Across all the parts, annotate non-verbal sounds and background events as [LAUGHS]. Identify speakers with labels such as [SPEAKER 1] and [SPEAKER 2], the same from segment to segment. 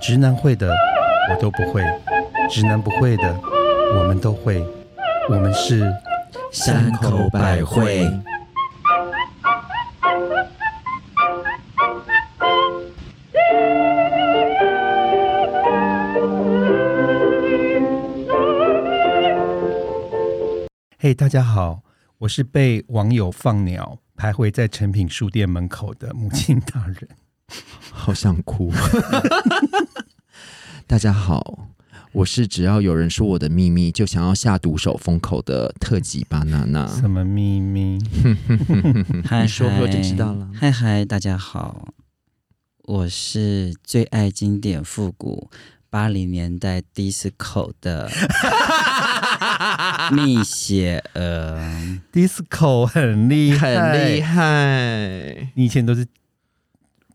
[SPEAKER 1] 直男会的我都不会，直男不会的我们都会，我们是
[SPEAKER 2] 山口百惠。
[SPEAKER 1] 嘿、大家好，我是被网友放鸟徘徊在诚品书店门口的母亲大
[SPEAKER 2] [LAUGHS]
[SPEAKER 1] 人。
[SPEAKER 2] 好想哭。 [LAUGHS] 大家好，我是只要有人说我的秘密，就想要下毒手封口的特级巴娜娜。
[SPEAKER 1] 什么秘密？
[SPEAKER 3] 嗨，
[SPEAKER 2] 你说说就知道了
[SPEAKER 3] 嗨嗨，大家好，我是最爱经典复古八零年代 disco
[SPEAKER 2] [LAUGHS]
[SPEAKER 3] 的蜜雪儿，
[SPEAKER 1] disco 很厉害，
[SPEAKER 2] 很厉。害，
[SPEAKER 1] 你以前都是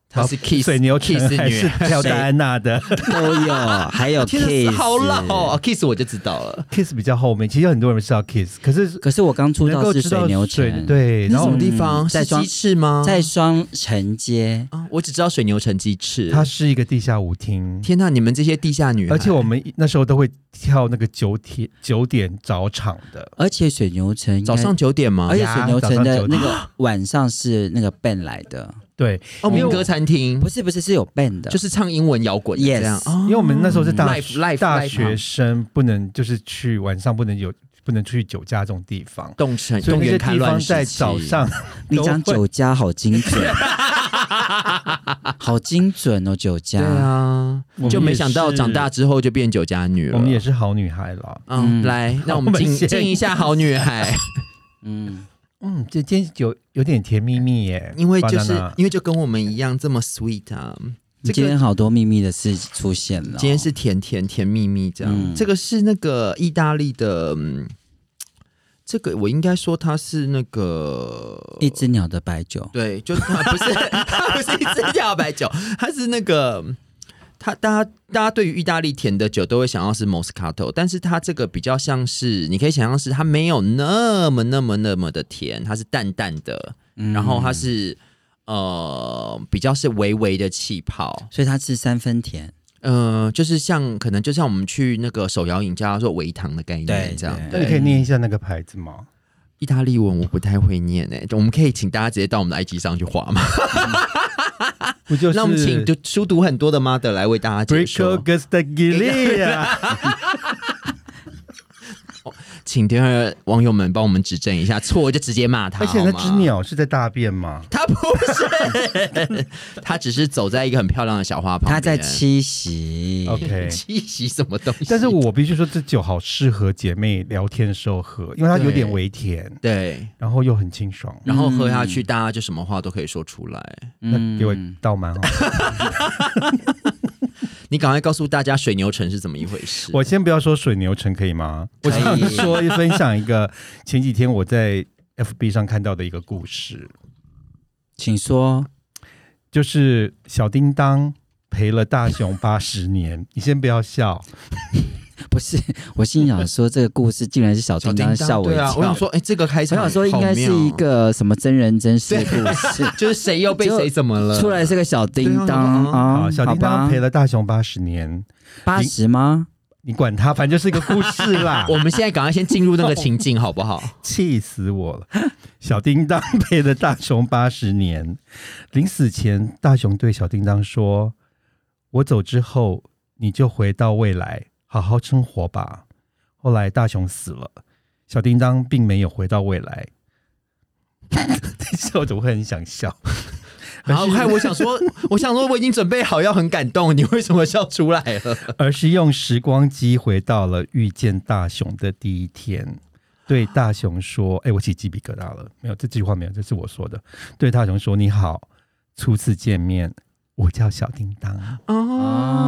[SPEAKER 2] 她是 kiss
[SPEAKER 1] 水牛城
[SPEAKER 2] kiss
[SPEAKER 1] 还
[SPEAKER 2] 女
[SPEAKER 1] 是跳戴安娜的
[SPEAKER 3] 都
[SPEAKER 2] [LAUGHS]
[SPEAKER 3] 有，还有
[SPEAKER 2] 天哪，
[SPEAKER 3] kiss，
[SPEAKER 2] 好老哦！kiss 我就知道了。
[SPEAKER 1] ？Kiss 比较后面，其实很多人知道 Kiss，可是
[SPEAKER 3] 可是我刚出
[SPEAKER 1] 能
[SPEAKER 3] 道
[SPEAKER 1] 够
[SPEAKER 3] 是
[SPEAKER 1] 知
[SPEAKER 3] 水
[SPEAKER 1] 道
[SPEAKER 3] 牛
[SPEAKER 1] 水
[SPEAKER 3] 城，，
[SPEAKER 1] 对，然
[SPEAKER 2] 那什
[SPEAKER 1] 后
[SPEAKER 2] 么地方？
[SPEAKER 3] 在
[SPEAKER 2] 是
[SPEAKER 3] 双
[SPEAKER 2] 鸡翅吗？
[SPEAKER 3] 在双城街，
[SPEAKER 2] 啊，我只知道水牛城鸡翅。
[SPEAKER 1] 它是一个地下舞厅，
[SPEAKER 2] 天哪，你们这些地下女孩，
[SPEAKER 1] 而且我们那时候都会跳那个九点九点早场的，
[SPEAKER 3] 而且水牛城应该
[SPEAKER 2] 早上九点吗
[SPEAKER 3] 而？且
[SPEAKER 1] 呀
[SPEAKER 3] 水牛
[SPEAKER 1] 早上
[SPEAKER 3] 城的
[SPEAKER 1] 九点
[SPEAKER 3] 那个晚上是那个 band 来的，
[SPEAKER 1] 对，
[SPEAKER 2] 哦，民歌餐厅
[SPEAKER 3] 不是不是是有 band 的，
[SPEAKER 2] 就是唱英文摇滚的
[SPEAKER 3] Yes
[SPEAKER 2] 这样。哦
[SPEAKER 1] 因为我们那时候是大
[SPEAKER 2] Live- live-
[SPEAKER 1] 大
[SPEAKER 2] live
[SPEAKER 1] 学生，不能就是去晚上不能有不能去酒家这种地方，
[SPEAKER 2] 动城
[SPEAKER 1] 所以
[SPEAKER 2] 动
[SPEAKER 1] 那
[SPEAKER 2] 员
[SPEAKER 1] 些
[SPEAKER 2] 看
[SPEAKER 1] 地
[SPEAKER 2] 乱
[SPEAKER 1] 方
[SPEAKER 2] 世
[SPEAKER 1] 在
[SPEAKER 2] 纪
[SPEAKER 1] 早上 [LAUGHS]
[SPEAKER 3] 你
[SPEAKER 1] 都
[SPEAKER 3] 讲
[SPEAKER 1] 会
[SPEAKER 3] 酒家好
[SPEAKER 2] [LAUGHS]
[SPEAKER 3] 精准，好精准哦，酒
[SPEAKER 2] 对
[SPEAKER 3] 家。
[SPEAKER 2] 啊
[SPEAKER 1] 我们，
[SPEAKER 2] 就没
[SPEAKER 1] 也
[SPEAKER 2] 想到
[SPEAKER 1] 是
[SPEAKER 2] 长大之后就变酒家女了。
[SPEAKER 1] 我们也是好女孩啦。
[SPEAKER 2] 嗯，
[SPEAKER 3] 嗯
[SPEAKER 2] 来，那我
[SPEAKER 1] 我
[SPEAKER 2] 们
[SPEAKER 1] 们
[SPEAKER 2] 进
[SPEAKER 1] 先
[SPEAKER 2] 进一下好女
[SPEAKER 1] [LAUGHS]
[SPEAKER 2] 孩，
[SPEAKER 3] 嗯，
[SPEAKER 1] 嗯，这今天有有点甜蜜蜜耶，
[SPEAKER 2] 因为就是
[SPEAKER 1] banana
[SPEAKER 2] 因为就跟我们一样这么 sweet 啊。
[SPEAKER 3] 你
[SPEAKER 2] 这
[SPEAKER 3] 今
[SPEAKER 2] 个
[SPEAKER 3] 天好多秘密的事出现了哦。
[SPEAKER 2] 今天是甜甜甜蜜蜜这样，
[SPEAKER 3] 嗯
[SPEAKER 2] 这个是那个意大利的，嗯这个我应该说它是那个
[SPEAKER 3] 一只鸟的白酒，
[SPEAKER 2] 对，就它不是 [LAUGHS] 它不是一支调白酒，它是那个。它大家大家对于意大利甜的酒都会想要是 Moscato，但是它这个比较像是，你可以想象是它没有那么那么那么的甜，它是淡淡的，
[SPEAKER 3] 嗯
[SPEAKER 2] 然后它是呃比较是微微的气泡，
[SPEAKER 3] 所以它是三分甜。嗯
[SPEAKER 2] 呃，就是像可能就像我们去那个手摇饮叫它做微糖的概念
[SPEAKER 3] 对
[SPEAKER 2] 这样。
[SPEAKER 1] 那你可以念一下那个牌子吗？
[SPEAKER 2] 意大利文我不太会念诶、我们可以请大家直接到我们的 IG 上去画嘛。
[SPEAKER 1] 不就是
[SPEAKER 2] 那我们请就书读很多的 mother 来为大家
[SPEAKER 1] b r i
[SPEAKER 2] 解
[SPEAKER 1] c o
[SPEAKER 2] 说，
[SPEAKER 1] g u s t a g i l i
[SPEAKER 2] [LAUGHS]
[SPEAKER 1] a
[SPEAKER 2] 请第二网友们帮我们指正一下，错就直接骂他。
[SPEAKER 1] 而且那
[SPEAKER 2] 好吗
[SPEAKER 1] 只，鸟是在大便吗？
[SPEAKER 2] 他不是， [LAUGHS] 他只是走在一个很漂亮的小花旁边，
[SPEAKER 3] 它在
[SPEAKER 2] [LAUGHS]
[SPEAKER 3] 七夕
[SPEAKER 1] OK
[SPEAKER 2] 七夕什么东西？
[SPEAKER 1] 但是我必须说，这酒好适合姐妹聊天的时候喝，因为它有点
[SPEAKER 2] 对
[SPEAKER 1] 微甜，
[SPEAKER 2] 对，
[SPEAKER 1] 然后又很清爽。
[SPEAKER 2] 然后喝下去，大家就什么话都可以说出来。
[SPEAKER 1] 那给我
[SPEAKER 3] 嗯
[SPEAKER 1] 倒满好了。
[SPEAKER 2] 你赶快告诉大家水牛城是怎么一回事。
[SPEAKER 1] 我先不要说水牛城可以吗？我
[SPEAKER 3] 可以
[SPEAKER 1] 想说分享一个前几天我在 FB 上看到的一个故事，
[SPEAKER 3] 请说。
[SPEAKER 1] 就是小叮当陪了大雄八十年。你先不要笑，
[SPEAKER 3] 不是，我心想说这个故事竟然是小
[SPEAKER 2] 小
[SPEAKER 3] 叮
[SPEAKER 2] 叮
[SPEAKER 3] 当
[SPEAKER 2] 当
[SPEAKER 3] 吓我一
[SPEAKER 2] 对啊
[SPEAKER 3] 跳。
[SPEAKER 2] 我想说，哎、这个开
[SPEAKER 3] 我
[SPEAKER 2] 场，
[SPEAKER 3] 想说应该是一，个什么真人真事故
[SPEAKER 2] [LAUGHS]
[SPEAKER 3] 事，
[SPEAKER 2] 就是谁又被谁怎么了？
[SPEAKER 3] 出来是个小叮
[SPEAKER 2] 对啊
[SPEAKER 3] 当
[SPEAKER 2] 好吧。
[SPEAKER 1] 好，
[SPEAKER 3] 啊，
[SPEAKER 1] 小
[SPEAKER 3] 好
[SPEAKER 1] 叮当
[SPEAKER 3] 吧
[SPEAKER 1] 陪了大雄八十年，
[SPEAKER 3] 八十吗？
[SPEAKER 1] 你管他，反正就是一个故事啦
[SPEAKER 2] 我们现在赶快先进入那个情境，好不好？
[SPEAKER 1] 气死我了！小叮当陪了大雄八十年，临死前，大雄对小叮当说：“我走之后，你就回到未来，好好生活吧。”后来大雄死了，小叮当并没有回到未来。 [LAUGHS] 笑，我怎么会很想笑？
[SPEAKER 2] 然后，害我想说，我想说，我已经准备好要很感动，你为什么笑出来了？
[SPEAKER 1] 而是用时光机回到了遇见大雄的第一天，对大雄说：“哎、我起鸡皮疙瘩了。”没有这句话没有，这是我说的。对大雄说：“你好，初次见面，我叫小叮当。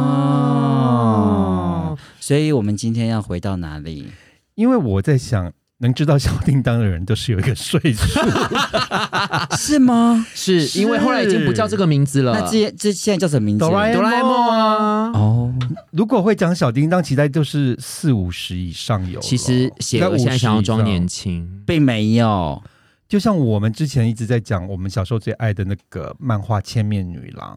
[SPEAKER 2] 啊
[SPEAKER 3] 哦，所以我们今天要回到哪里？”
[SPEAKER 1] 因为我在想，能知道小叮当的人都是有一个岁数。 [LAUGHS]
[SPEAKER 3] [LAUGHS] 是吗？
[SPEAKER 2] 是
[SPEAKER 1] 是
[SPEAKER 2] 因为后来已经不叫这个名字了。
[SPEAKER 3] 那这这现在叫什么名字？
[SPEAKER 1] 哆啦 A
[SPEAKER 2] 哆啦 A 梦啊，
[SPEAKER 3] 哦，
[SPEAKER 1] 如果会讲小叮当，其实就是四五十以上有了。
[SPEAKER 2] 其实写
[SPEAKER 1] 应该
[SPEAKER 2] 我现在想要装
[SPEAKER 1] 50以
[SPEAKER 2] 年
[SPEAKER 1] 上，
[SPEAKER 2] 轻，
[SPEAKER 3] 并没有。
[SPEAKER 1] 就像我们之前一直在讲，我们小时候最爱的那个漫画《千面女郎》，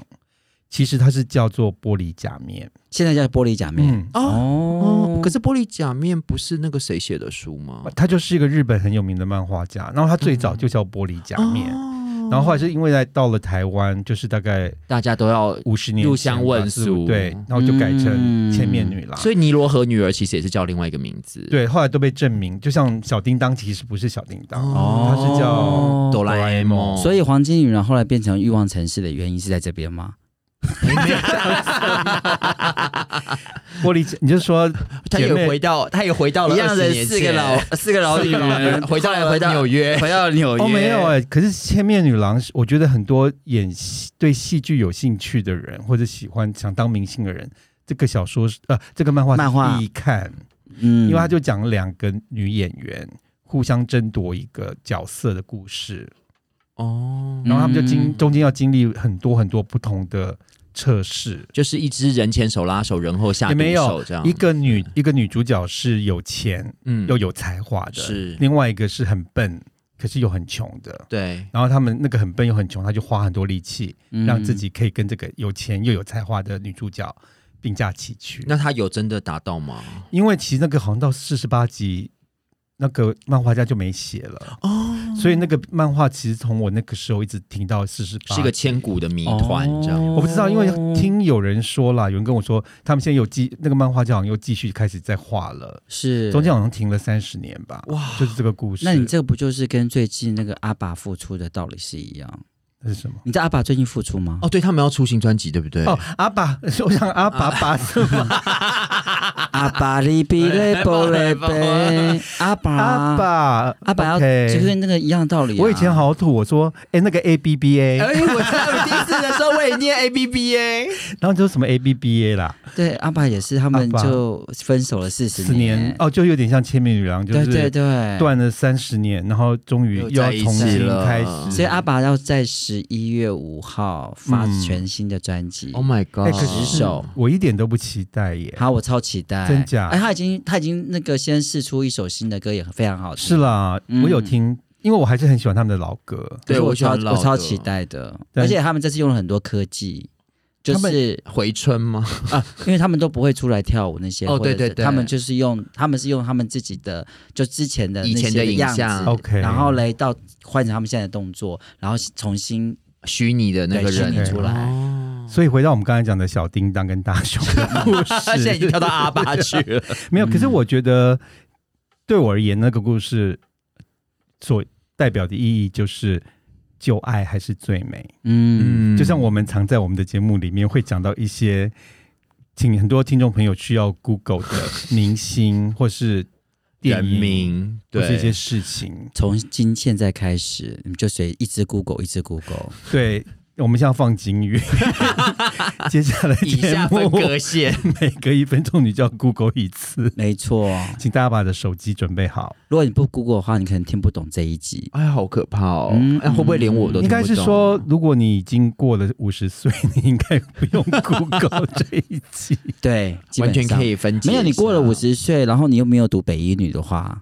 [SPEAKER 1] 其实它是叫做玻璃假面。
[SPEAKER 3] 现在叫玻璃假面、
[SPEAKER 1] 嗯，
[SPEAKER 2] 哦
[SPEAKER 3] 哦
[SPEAKER 2] 哦，可是玻璃假面不是那个谁写的书吗？
[SPEAKER 1] 他就是一个日本很有名的漫画家，然后他最早就叫玻璃假面，
[SPEAKER 2] 嗯哦
[SPEAKER 1] 然后后来是因为在到了台湾，就是大概
[SPEAKER 2] 大家都要，
[SPEAKER 1] 五十年前吧
[SPEAKER 2] 入乡问
[SPEAKER 1] 四五
[SPEAKER 2] 俗嗯
[SPEAKER 1] 对，然后就改成千面女郎。
[SPEAKER 2] 所以尼罗河女儿其实也是叫另外一个名字，，
[SPEAKER 1] 对，后来都被证明，就像小叮当其实不是小叮当，
[SPEAKER 2] 哦
[SPEAKER 1] 它是叫
[SPEAKER 2] 哆啦 A 梦，
[SPEAKER 3] 哦所以黄金女郎后来变成欲望城市的原因是在这边吗？
[SPEAKER 2] [LAUGHS]
[SPEAKER 1] 玻璃假。你就说
[SPEAKER 2] 他
[SPEAKER 1] 姐妹
[SPEAKER 2] 也回到，哦他也回到了
[SPEAKER 3] 一样的
[SPEAKER 2] 20年
[SPEAKER 3] 四个
[SPEAKER 2] 前 [LAUGHS]
[SPEAKER 3] 老四个老女人
[SPEAKER 2] 回到
[SPEAKER 3] 来回
[SPEAKER 1] 呃
[SPEAKER 3] 到
[SPEAKER 2] 纽约，
[SPEAKER 3] 回到纽约
[SPEAKER 1] 哦没有哎、可是千面女郎是，我觉得很多演戏对戏剧有兴趣的人，或者喜欢想当明星的人，这个小说是呃这个漫画
[SPEAKER 3] 漫画
[SPEAKER 1] 必看，
[SPEAKER 3] 嗯
[SPEAKER 1] 因为他就讲两个女演员互相争夺一个角色的故事，
[SPEAKER 2] 哦，
[SPEAKER 1] 然后他们就经、
[SPEAKER 3] 嗯
[SPEAKER 1] 中间要经历很多很多不同的测试。
[SPEAKER 2] 就是一只人前手拉手，人后下
[SPEAKER 1] 也
[SPEAKER 2] 毒
[SPEAKER 1] 没有
[SPEAKER 2] 手这样，
[SPEAKER 1] 一个女一个女主角是有钱
[SPEAKER 2] 嗯
[SPEAKER 1] 又有才华的，
[SPEAKER 2] 是
[SPEAKER 1] 另外一个是很笨可是又很穷的。
[SPEAKER 2] 对，
[SPEAKER 1] 然后他们那个很笨又很穷，他就花很多力气，
[SPEAKER 2] 嗯
[SPEAKER 1] 让自、己可以跟这个有钱又有才华的女主角并驾齐驱。
[SPEAKER 2] 那他有真的达到吗？
[SPEAKER 1] 因为其实那个好像到四十八集，那个漫画家就没写了，
[SPEAKER 2] 哦，
[SPEAKER 1] 所以那个漫画其实从我那个时候一直听到四十八，
[SPEAKER 2] 是一个千古的谜团，这样。
[SPEAKER 1] 我不知道，因为
[SPEAKER 3] 哦
[SPEAKER 1] 听有人说啦，有人跟我说，他们现在有继那个漫画家好像又继续开始在画了，
[SPEAKER 3] 是
[SPEAKER 1] 中间好像停了三十年吧。
[SPEAKER 2] 哇
[SPEAKER 1] 就是这个故事。
[SPEAKER 3] 那你这个不就是跟最近那个阿爸复出的道理是一样？
[SPEAKER 1] 这是什么？
[SPEAKER 3] 你知道阿爸最近复出吗？
[SPEAKER 2] 哦，对他们要出新专辑，对不对？
[SPEAKER 1] 哦，阿爸， [LAUGHS] 我想阿爸爸是吗？
[SPEAKER 3] 阿爸里比嘞波嘞呗，阿爸
[SPEAKER 1] 阿爸，
[SPEAKER 3] [LAUGHS] 阿爸要
[SPEAKER 1] OK
[SPEAKER 3] 就是那个一样的道理啊、呃
[SPEAKER 1] 我以前好土，我说哎、那个 A B B A，
[SPEAKER 2] 哎，我知道你第一次的时候，我也念 A B B A，
[SPEAKER 1] 然后就是什么 A B B A 啦，
[SPEAKER 3] 对阿爸也是，他们
[SPEAKER 1] 阿爸
[SPEAKER 3] 就分手了四十
[SPEAKER 1] 十年哦，就有点像《千面女郎》，就
[SPEAKER 3] 对对
[SPEAKER 1] 是
[SPEAKER 3] 对。
[SPEAKER 1] 断了三十年，然后终于
[SPEAKER 2] 又
[SPEAKER 1] 又
[SPEAKER 2] 在
[SPEAKER 1] 要
[SPEAKER 2] 一
[SPEAKER 1] 重
[SPEAKER 2] 起
[SPEAKER 1] 新
[SPEAKER 2] 了
[SPEAKER 1] 开
[SPEAKER 2] 嗯
[SPEAKER 1] 始。
[SPEAKER 3] 所以阿爸要在十一月五号发
[SPEAKER 1] 嗯
[SPEAKER 3] 全新的专辑。
[SPEAKER 2] Oh my
[SPEAKER 1] 哎，
[SPEAKER 2] god！
[SPEAKER 1] 可是我一点都不期待耶。
[SPEAKER 3] 好，我超期待，
[SPEAKER 1] 真假
[SPEAKER 3] 哎，他已经他已经那个先试出一首新的歌，也非常好听。
[SPEAKER 1] 是啦，
[SPEAKER 3] 嗯
[SPEAKER 1] 我有听，因为我还是很喜欢他们的老歌。
[SPEAKER 3] 可
[SPEAKER 2] 对
[SPEAKER 3] 是我
[SPEAKER 2] 喜欢
[SPEAKER 3] 超
[SPEAKER 2] 老
[SPEAKER 3] 我
[SPEAKER 2] 的
[SPEAKER 3] 超期待的，
[SPEAKER 1] 但
[SPEAKER 3] 而且他们这次用了很多科技，就
[SPEAKER 1] 他们
[SPEAKER 3] 是
[SPEAKER 2] 回春吗？ [LAUGHS]
[SPEAKER 3] 因为他们都不会出来跳舞那些，
[SPEAKER 2] 哦
[SPEAKER 3] 或者是
[SPEAKER 2] 对对对
[SPEAKER 3] 他们就是用他们是用他们自己的就之前的
[SPEAKER 2] 以前
[SPEAKER 3] 那
[SPEAKER 2] 的
[SPEAKER 3] 些
[SPEAKER 2] 影
[SPEAKER 3] 样
[SPEAKER 2] 像
[SPEAKER 3] 子
[SPEAKER 1] OK
[SPEAKER 3] 嗯然后来到换成他们现在的动作，然后重新
[SPEAKER 2] 虚拟的那个
[SPEAKER 3] 对虚拟
[SPEAKER 2] 人
[SPEAKER 3] 出
[SPEAKER 2] [LAUGHS]
[SPEAKER 3] 来
[SPEAKER 2] 哦
[SPEAKER 1] 所以回到我们刚才讲的小叮当跟大雄的故
[SPEAKER 2] 他现在已经
[SPEAKER 1] 事，
[SPEAKER 2] 跳到阿巴去了。
[SPEAKER 1] 没有。可是我觉得对我而言，那个故事所代表的意义就是旧爱还是最美。
[SPEAKER 3] 嗯
[SPEAKER 1] 就像我们常在我们的节目里面会讲到一些，请很多听众朋友需要 Google 的明星或是
[SPEAKER 2] 人
[SPEAKER 1] 电影，
[SPEAKER 2] 名，
[SPEAKER 1] 或是
[SPEAKER 2] 对
[SPEAKER 1] 一些事情。
[SPEAKER 3] 从今现在开始，你们就随一只 Google 一只 Google，
[SPEAKER 1] 对，我们现在放金鱼，接下来
[SPEAKER 2] 以
[SPEAKER 1] 节
[SPEAKER 2] 下分
[SPEAKER 1] 目 [LAUGHS]
[SPEAKER 2] 割线。
[SPEAKER 1] 每隔一分钟你就要 Google 一次，
[SPEAKER 3] 没错。
[SPEAKER 1] 请大家把你的手机准备好。
[SPEAKER 3] 如果你不 Google 的话，你可能听不懂这
[SPEAKER 2] [LAUGHS]
[SPEAKER 3] 一集。
[SPEAKER 2] 哎，好可怕哦！
[SPEAKER 3] 嗯
[SPEAKER 2] 哎，会不会连我都
[SPEAKER 1] 应
[SPEAKER 2] 听不懂
[SPEAKER 1] 该是说，如果你已经过了五十岁，你应该不用 Google 这一集。
[SPEAKER 3] 对，基
[SPEAKER 2] 完
[SPEAKER 3] 本
[SPEAKER 2] 全
[SPEAKER 3] 上
[SPEAKER 2] 可以分解一下？
[SPEAKER 3] 没有，你过了五十岁，然后你又没有读北医女的话，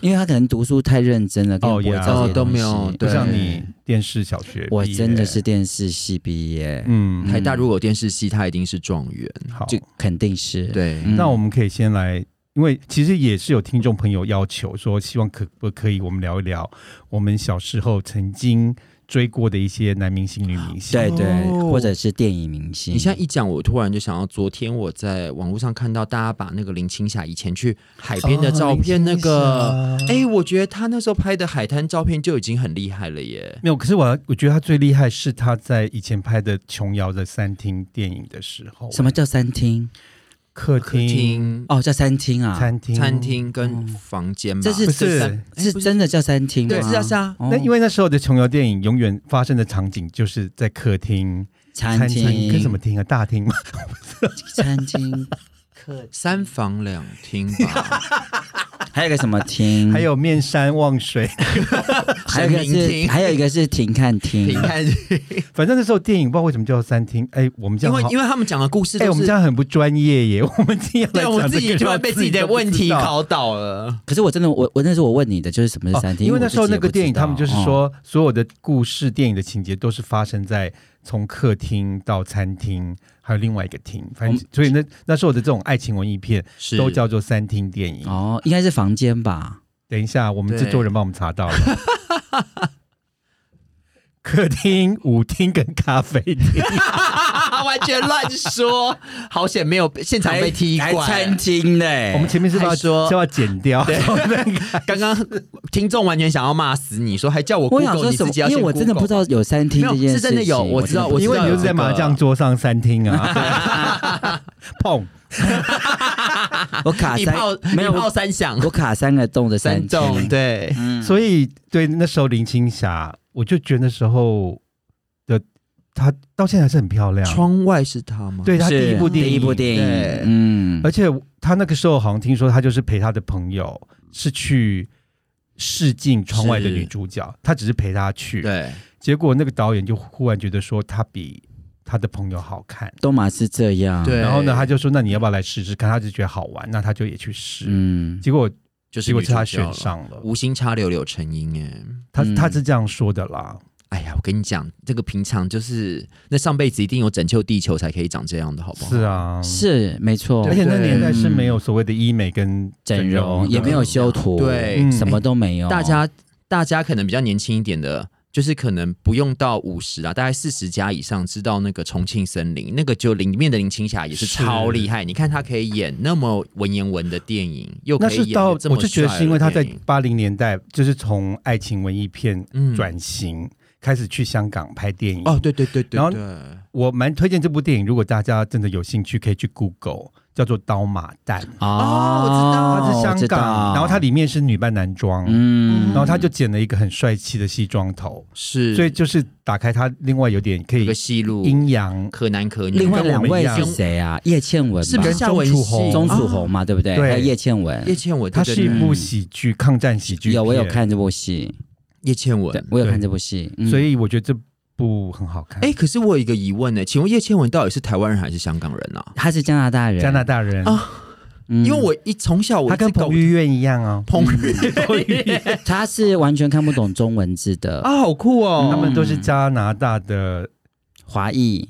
[SPEAKER 3] 因为他可能读书太认真了，根本不会
[SPEAKER 1] 呀
[SPEAKER 3] 知道这些
[SPEAKER 2] 哦都
[SPEAKER 3] 东
[SPEAKER 2] 没
[SPEAKER 3] 西
[SPEAKER 2] 有
[SPEAKER 1] 就
[SPEAKER 2] 对
[SPEAKER 1] 像你电视小学毕业，
[SPEAKER 3] 我真的是电视系毕业，
[SPEAKER 1] 嗯，
[SPEAKER 2] 台大如果有电视系，他一定是状元。
[SPEAKER 1] 好，
[SPEAKER 3] 就肯定是。
[SPEAKER 2] 对，
[SPEAKER 3] 嗯
[SPEAKER 1] 那我们可以先来，因为其实也是有听众朋友要求说，希望可不可以我们聊一聊我们小时候曾经追过的一些男明星、女明星。
[SPEAKER 3] 对对，
[SPEAKER 2] 哦
[SPEAKER 3] 或者是电影明星。
[SPEAKER 2] 你现在一讲，我突然就想到，昨天我在网络上看到大家把那个林青霞以前去海边
[SPEAKER 1] 哦
[SPEAKER 2] 的照片，那个，哎、我觉得她那时候拍的海滩照片就已经很厉害了耶。
[SPEAKER 1] 没有，可是我要我觉得他最厉害是他在以前拍的琼瑶的餐厅电影的时候，哎
[SPEAKER 3] 什么叫三厅？
[SPEAKER 1] 客
[SPEAKER 2] 客
[SPEAKER 1] 厅、哦
[SPEAKER 2] 厅、
[SPEAKER 3] 哦，叫三厅啊，
[SPEAKER 1] 餐厅、
[SPEAKER 2] 餐？厅跟房间吧，
[SPEAKER 3] 这是
[SPEAKER 1] 不是
[SPEAKER 3] 真是
[SPEAKER 2] 哎不是
[SPEAKER 3] 真的叫三厅吗？
[SPEAKER 2] 对，是啊，是啊。
[SPEAKER 3] 哦。
[SPEAKER 1] 那因为那时候的琼瑶电影永远发生的场景就是在客厅、
[SPEAKER 3] 餐厅
[SPEAKER 1] 跟什么厅啊？大厅吗？
[SPEAKER 3] 餐厅，
[SPEAKER 2] 三房两厅吧，
[SPEAKER 3] 还有一个什么
[SPEAKER 2] 嗯
[SPEAKER 3] 厅？
[SPEAKER 1] 还有面山望
[SPEAKER 2] [LAUGHS]
[SPEAKER 1] 水，
[SPEAKER 3] 还有一个
[SPEAKER 2] 神明
[SPEAKER 3] 是
[SPEAKER 2] 厅
[SPEAKER 3] 还有一个是停看厅
[SPEAKER 2] 你。看，
[SPEAKER 1] 反正那时候电影不知道为什么叫餐厅。哎，我们这
[SPEAKER 2] 因
[SPEAKER 1] 样
[SPEAKER 2] 为
[SPEAKER 1] 好
[SPEAKER 2] 因为他们讲的故事
[SPEAKER 1] 哎、
[SPEAKER 2] 都
[SPEAKER 1] 我们
[SPEAKER 2] 是
[SPEAKER 1] 这，样很不专业耶！我们今天要来
[SPEAKER 2] 对，我
[SPEAKER 1] 讲
[SPEAKER 2] 自己
[SPEAKER 1] 这个
[SPEAKER 2] 突然被自己的问题考倒了。
[SPEAKER 3] 可是我真的，我我那时候我问你的就是什么
[SPEAKER 1] 到
[SPEAKER 3] 是三厅，
[SPEAKER 1] 哦因为那时候
[SPEAKER 3] 我自己
[SPEAKER 1] 那
[SPEAKER 2] 哦
[SPEAKER 3] 也不
[SPEAKER 1] 个电影，
[SPEAKER 3] 知道
[SPEAKER 1] 他们就是
[SPEAKER 3] 哦
[SPEAKER 1] 说所有的故事、电影的情节都是发生在从客厅到餐厅，还有另外一个厅，反正所以那那时候的这种爱情文艺片
[SPEAKER 2] 哦是 [LAUGHS]
[SPEAKER 1] 都叫做三厅电影。
[SPEAKER 3] 哦，应该是房间吧？
[SPEAKER 1] 等一下，我们
[SPEAKER 2] 对
[SPEAKER 1] 制作人帮我们查到了。客厅、舞厅跟咖啡厅，
[SPEAKER 2] 完全乱说，好险没有现场被踢
[SPEAKER 3] 还餐
[SPEAKER 2] 馆。
[SPEAKER 3] 厅嘞，
[SPEAKER 1] 我们前面是不是要
[SPEAKER 2] 哎还说
[SPEAKER 1] 是要剪掉？ [LAUGHS]
[SPEAKER 2] 刚刚听众完全想要骂死你，说还叫我
[SPEAKER 3] 我想
[SPEAKER 2] Google，
[SPEAKER 3] 说
[SPEAKER 2] 你
[SPEAKER 3] 什
[SPEAKER 2] 自
[SPEAKER 3] 么
[SPEAKER 2] 己要？
[SPEAKER 3] 因为我真的不知
[SPEAKER 2] 道。
[SPEAKER 3] 道有餐厅
[SPEAKER 2] 没有
[SPEAKER 3] 这件事情，
[SPEAKER 2] 是真的有我知道
[SPEAKER 3] 真的
[SPEAKER 2] 我
[SPEAKER 1] 因
[SPEAKER 2] 知
[SPEAKER 1] 为
[SPEAKER 2] 道
[SPEAKER 1] 你
[SPEAKER 2] 有
[SPEAKER 1] 就是在
[SPEAKER 2] 这个
[SPEAKER 1] 麻将桌上三厅啊， [LAUGHS] 碰
[SPEAKER 3] 不知道我
[SPEAKER 2] [LAUGHS]
[SPEAKER 3] 卡
[SPEAKER 2] 一
[SPEAKER 3] 三
[SPEAKER 2] 炮
[SPEAKER 3] [LAUGHS] 没有
[SPEAKER 2] 一炮
[SPEAKER 3] 我
[SPEAKER 2] 三响，
[SPEAKER 3] [LAUGHS] 我卡三个洞的
[SPEAKER 2] 三
[SPEAKER 3] 三
[SPEAKER 2] 中
[SPEAKER 3] 厅，
[SPEAKER 2] 对，
[SPEAKER 3] 嗯
[SPEAKER 1] 所以对那时候林青霞，我就觉得那时候的她到现在还是很漂亮。
[SPEAKER 3] 啊
[SPEAKER 2] 窗外是他吗？
[SPEAKER 1] 对她
[SPEAKER 3] 是
[SPEAKER 1] 第一部电影，
[SPEAKER 3] 第一部电
[SPEAKER 2] 对
[SPEAKER 3] 影，嗯
[SPEAKER 1] 而，且她那个时候好像听说她就是陪她的朋友是去试镜窗外的女主角，她只是陪她去。
[SPEAKER 2] 对，
[SPEAKER 1] 结果那个导演就忽然觉得说她比她的朋友好看，
[SPEAKER 3] 东马是这样，
[SPEAKER 2] 对
[SPEAKER 1] 然后呢，他就说那你要不要来试试看？他就觉得好玩，那他就也去试。
[SPEAKER 3] 嗯，
[SPEAKER 1] 结果结
[SPEAKER 2] 就是
[SPEAKER 1] 果是他
[SPEAKER 2] 女主角
[SPEAKER 1] 选上了
[SPEAKER 2] 了，，嗯无心插柳柳成荫哎。
[SPEAKER 1] 他
[SPEAKER 3] 嗯
[SPEAKER 1] 他是这样说的啦。
[SPEAKER 2] 哎呀，我跟你讲，这个平常就是那上辈子一定有拯救地球才可以长这样的，好不好？
[SPEAKER 1] 是，啊，
[SPEAKER 3] 是没错，
[SPEAKER 2] 哦
[SPEAKER 1] 而且那年代是
[SPEAKER 3] 嗯
[SPEAKER 1] 没有所谓的医美跟
[SPEAKER 3] 整容
[SPEAKER 1] 容，
[SPEAKER 3] 也没有修图，
[SPEAKER 2] 对
[SPEAKER 1] 嗯
[SPEAKER 3] 什么都没有，
[SPEAKER 2] 大家大家可能比较年轻一点的，就是可能不用到五十啊，大概四十加以上，知道那个重庆森林，那个就里面的林青霞也是
[SPEAKER 1] 是
[SPEAKER 2] 超厉害。你看她可以演那么文言文的电影，又
[SPEAKER 1] 那
[SPEAKER 2] 可以
[SPEAKER 1] 是
[SPEAKER 2] 演
[SPEAKER 1] 到
[SPEAKER 2] 得这么
[SPEAKER 1] 我就觉得
[SPEAKER 2] 帅
[SPEAKER 1] 是因为他
[SPEAKER 2] 的
[SPEAKER 1] 在
[SPEAKER 2] 电影
[SPEAKER 1] 八零年代就是从爱情文艺片
[SPEAKER 2] 嗯
[SPEAKER 1] 转型，开始去香港拍电影。
[SPEAKER 2] 哦，对对对对
[SPEAKER 1] 然后
[SPEAKER 2] 对，
[SPEAKER 1] 我蛮推荐这部电影，如果大家真的有兴趣，可以去 Google，叫做《刀马旦》，它是
[SPEAKER 3] 哦，我知
[SPEAKER 1] 香港，
[SPEAKER 3] 道
[SPEAKER 1] 然后它里面是女扮男装，
[SPEAKER 3] 嗯
[SPEAKER 1] 然后他就剪了一个很帅气的西装头，
[SPEAKER 2] 是，
[SPEAKER 1] 所以就是打开他另外有点可
[SPEAKER 2] 有
[SPEAKER 1] 以
[SPEAKER 2] 个戏路，
[SPEAKER 1] 阴阳，
[SPEAKER 2] 可男可女，
[SPEAKER 3] 另外
[SPEAKER 1] 跟我
[SPEAKER 3] 两
[SPEAKER 1] 们一
[SPEAKER 3] 位
[SPEAKER 1] 样
[SPEAKER 3] 是谁啊？叶倩文吧
[SPEAKER 2] 是不是
[SPEAKER 1] 跟
[SPEAKER 2] 夏文
[SPEAKER 1] 钟楚
[SPEAKER 2] 熙
[SPEAKER 1] 红
[SPEAKER 3] 钟楚
[SPEAKER 2] 啊
[SPEAKER 3] 红嘛，对不对？
[SPEAKER 1] 对
[SPEAKER 3] 还有叶倩
[SPEAKER 2] 叶
[SPEAKER 3] 文，
[SPEAKER 2] 倩文，
[SPEAKER 1] 它
[SPEAKER 2] 对
[SPEAKER 1] 是
[SPEAKER 2] 对
[SPEAKER 1] 一
[SPEAKER 2] 对
[SPEAKER 1] 部喜剧，抗战喜剧片。
[SPEAKER 3] 有我有看这部戏，
[SPEAKER 2] 叶倩文
[SPEAKER 3] 对。我有
[SPEAKER 1] 对
[SPEAKER 3] 看这部戏，嗯
[SPEAKER 1] 所以我觉得这部很好看。
[SPEAKER 2] 哎、可是我有一个疑问呢、请问叶倩文到底是台湾人还是香港人啊？
[SPEAKER 3] 他是加拿大人，
[SPEAKER 1] 加拿大人，
[SPEAKER 2] 啊
[SPEAKER 3] 嗯，
[SPEAKER 2] 因为我一从小我
[SPEAKER 1] 他跟彭
[SPEAKER 2] 玉
[SPEAKER 1] 于晏一样
[SPEAKER 3] [LAUGHS]
[SPEAKER 1] 哦，
[SPEAKER 2] 彭于
[SPEAKER 1] 彭于晏
[SPEAKER 3] 他是完全看不懂中文字
[SPEAKER 2] [LAUGHS]
[SPEAKER 3] 的
[SPEAKER 2] 啊，好酷
[SPEAKER 1] [LAUGHS]
[SPEAKER 2] 哦！
[SPEAKER 1] 他们都是加拿大的
[SPEAKER 3] 华裔，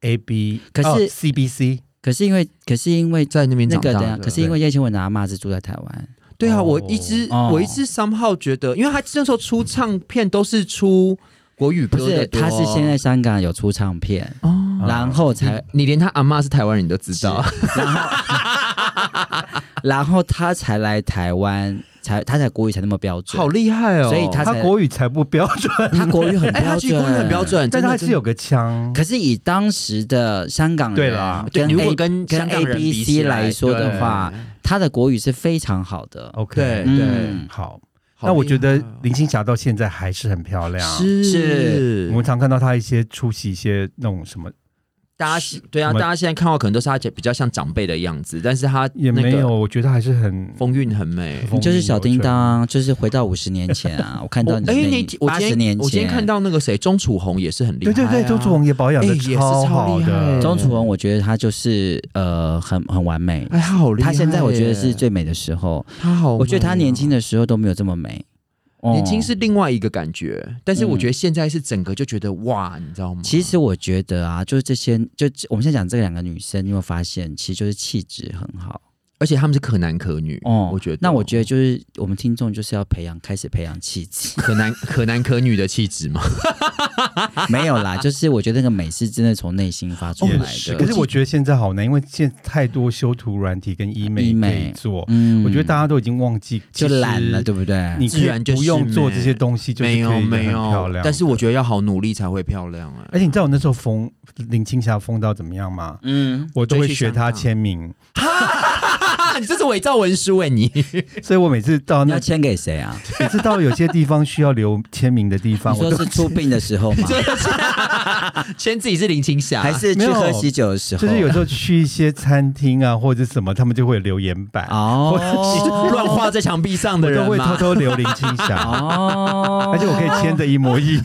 [SPEAKER 1] A B，哦
[SPEAKER 3] 可是
[SPEAKER 1] C B C
[SPEAKER 3] 可是因为可是因为
[SPEAKER 2] 在那边
[SPEAKER 3] 那
[SPEAKER 2] 长
[SPEAKER 3] 个
[SPEAKER 2] 大
[SPEAKER 3] 的，
[SPEAKER 2] 的，
[SPEAKER 3] 可是因
[SPEAKER 2] 为
[SPEAKER 3] 为叶倩文的阿妈是住在台湾，
[SPEAKER 2] 对啊，
[SPEAKER 1] 哦
[SPEAKER 2] 我一直、
[SPEAKER 3] 哦
[SPEAKER 2] 我一直 somehow 觉得，因为他那时候出唱片都是出国语
[SPEAKER 3] 不
[SPEAKER 2] 歌
[SPEAKER 3] 是，
[SPEAKER 2] 的多，
[SPEAKER 3] 他是先在香港有出唱片，
[SPEAKER 2] 哦，
[SPEAKER 3] 然后才
[SPEAKER 2] 你连他阿妈是台湾人都知道，
[SPEAKER 3] 然后他才来台湾，才他才国语才那么标准
[SPEAKER 2] 好，厉害哦！
[SPEAKER 3] 所以他
[SPEAKER 1] 他
[SPEAKER 3] 才
[SPEAKER 1] 国语才不标准，
[SPEAKER 3] 他国语很
[SPEAKER 2] 哎、他
[SPEAKER 3] 标
[SPEAKER 2] 其实
[SPEAKER 3] 准，
[SPEAKER 2] 国语很标。准，
[SPEAKER 1] 但
[SPEAKER 2] 真的
[SPEAKER 1] 他还是有。个腔。
[SPEAKER 3] 可是以当时的香港人，
[SPEAKER 1] 对啦
[SPEAKER 2] 对，
[SPEAKER 3] 跟
[SPEAKER 2] 如果
[SPEAKER 3] A
[SPEAKER 2] 跟
[SPEAKER 3] 跟
[SPEAKER 2] 香港人
[SPEAKER 3] A
[SPEAKER 2] 比
[SPEAKER 3] B
[SPEAKER 2] 起
[SPEAKER 3] C
[SPEAKER 2] 来
[SPEAKER 3] 来说的话，他的国语是非常好的。
[SPEAKER 2] 对
[SPEAKER 1] OK，
[SPEAKER 2] 对
[SPEAKER 3] 嗯，
[SPEAKER 1] 好，
[SPEAKER 2] 好
[SPEAKER 1] 那我觉得
[SPEAKER 2] 厉害哦
[SPEAKER 1] 林青霞到现在还是很漂亮。
[SPEAKER 2] 啊是
[SPEAKER 3] 是
[SPEAKER 1] 我们常看到她一些出席一些那种什么，
[SPEAKER 2] 大家对啊，
[SPEAKER 1] 什么
[SPEAKER 2] 大家现在看到可能都是他比较像长辈的样子，但是他
[SPEAKER 1] 也
[SPEAKER 2] 那个
[SPEAKER 1] 没有，我觉得还是很
[SPEAKER 2] 风韵很美。
[SPEAKER 1] 风韵
[SPEAKER 3] 就是小叮
[SPEAKER 1] 犹
[SPEAKER 3] 当，就是回到五十年
[SPEAKER 2] [LAUGHS]
[SPEAKER 3] 前啊，我看到
[SPEAKER 2] 我
[SPEAKER 3] 你
[SPEAKER 2] 哎，
[SPEAKER 3] 那
[SPEAKER 2] 那我
[SPEAKER 3] 八
[SPEAKER 2] 今
[SPEAKER 3] 十
[SPEAKER 2] 天
[SPEAKER 3] 年
[SPEAKER 2] 我今天
[SPEAKER 3] 前
[SPEAKER 2] 看到那个谁，钟楚红也是很厉害
[SPEAKER 1] 存。
[SPEAKER 2] 啊、
[SPEAKER 1] 对对对，周楚红也保养
[SPEAKER 2] 哎
[SPEAKER 1] 的
[SPEAKER 2] 也是超
[SPEAKER 1] 好
[SPEAKER 2] 厉害
[SPEAKER 1] 的。
[SPEAKER 3] 钟楚红，我觉得她就是呃很很完美，
[SPEAKER 2] 哎，她好厉害
[SPEAKER 3] 她
[SPEAKER 2] 耶！
[SPEAKER 3] 现在我觉得是最美的时候，
[SPEAKER 2] 她好美哦，
[SPEAKER 3] 我觉得她年轻的时候都没有这么美，哦
[SPEAKER 2] 年轻是另外一个感觉，但是我觉得现在是整个就觉得哇，你知道吗？
[SPEAKER 3] 其实我觉得啊，就是这些，就我们现在讲这两个女生，你有没有发现，其实就是气质很好
[SPEAKER 2] 而且他们是可男可女，
[SPEAKER 3] 哦。
[SPEAKER 2] 我觉得。。
[SPEAKER 3] 那我觉得就是我们听众就是要培养，开始培养气质
[SPEAKER 1] [LAUGHS]
[SPEAKER 2] 可男可男可女的气质嘛，
[SPEAKER 3] 没有啦，就是我觉得那个美是真的从内心发出来
[SPEAKER 1] 也
[SPEAKER 3] 的。
[SPEAKER 1] 是，可是我觉得现在好难，因为现在太多修图软体跟医美
[SPEAKER 3] 呃医
[SPEAKER 1] 可
[SPEAKER 3] 美
[SPEAKER 1] 以做，
[SPEAKER 3] 嗯
[SPEAKER 1] 我觉得大家都已经忘记，
[SPEAKER 3] 就懒了，
[SPEAKER 1] 其实
[SPEAKER 3] 对不对？嗯
[SPEAKER 1] 你
[SPEAKER 2] 自然
[SPEAKER 1] 可以
[SPEAKER 2] 就是
[SPEAKER 1] 不用做这些东西，就是
[SPEAKER 2] 没
[SPEAKER 1] 可
[SPEAKER 2] 有
[SPEAKER 1] 以
[SPEAKER 2] 没
[SPEAKER 1] 很漂
[SPEAKER 2] 有
[SPEAKER 1] 亮。，
[SPEAKER 2] 但是我觉得要好努力才会漂亮啊。
[SPEAKER 1] 而且你知道我那时候疯林青霞疯到怎么样吗？
[SPEAKER 3] 嗯，
[SPEAKER 1] 我都会
[SPEAKER 2] 追去
[SPEAKER 1] 学
[SPEAKER 2] 香港
[SPEAKER 1] 她签名，
[SPEAKER 2] 啊，你这是伪造文书哎、你
[SPEAKER 1] 所以我每次到
[SPEAKER 3] 你
[SPEAKER 1] 那
[SPEAKER 3] 要签给谁
[SPEAKER 1] [LAUGHS]
[SPEAKER 3] 啊？
[SPEAKER 1] 每次到有些地方需要留签名的地方，
[SPEAKER 3] [LAUGHS] 你
[SPEAKER 1] 我
[SPEAKER 3] 说
[SPEAKER 1] 都啊
[SPEAKER 3] 是出殡的时
[SPEAKER 1] [LAUGHS]
[SPEAKER 3] 候吗？
[SPEAKER 2] 先自己是林青霞，
[SPEAKER 3] 还是
[SPEAKER 1] 没
[SPEAKER 3] 去
[SPEAKER 1] 有
[SPEAKER 3] 喝喜酒的时候？
[SPEAKER 1] 就是有时候去一些餐厅啊或者是什么，他们就会有留言板，
[SPEAKER 3] 哦，
[SPEAKER 1] [LAUGHS]
[SPEAKER 2] 乱画在墙壁上的
[SPEAKER 1] 我
[SPEAKER 2] 人
[SPEAKER 1] 都会偷
[SPEAKER 2] 吗？
[SPEAKER 1] 偷留林青霞，
[SPEAKER 3] [LAUGHS]
[SPEAKER 1] [LAUGHS]
[SPEAKER 3] 哦，[LAUGHS]
[SPEAKER 1] 而且我可以签的一模一样。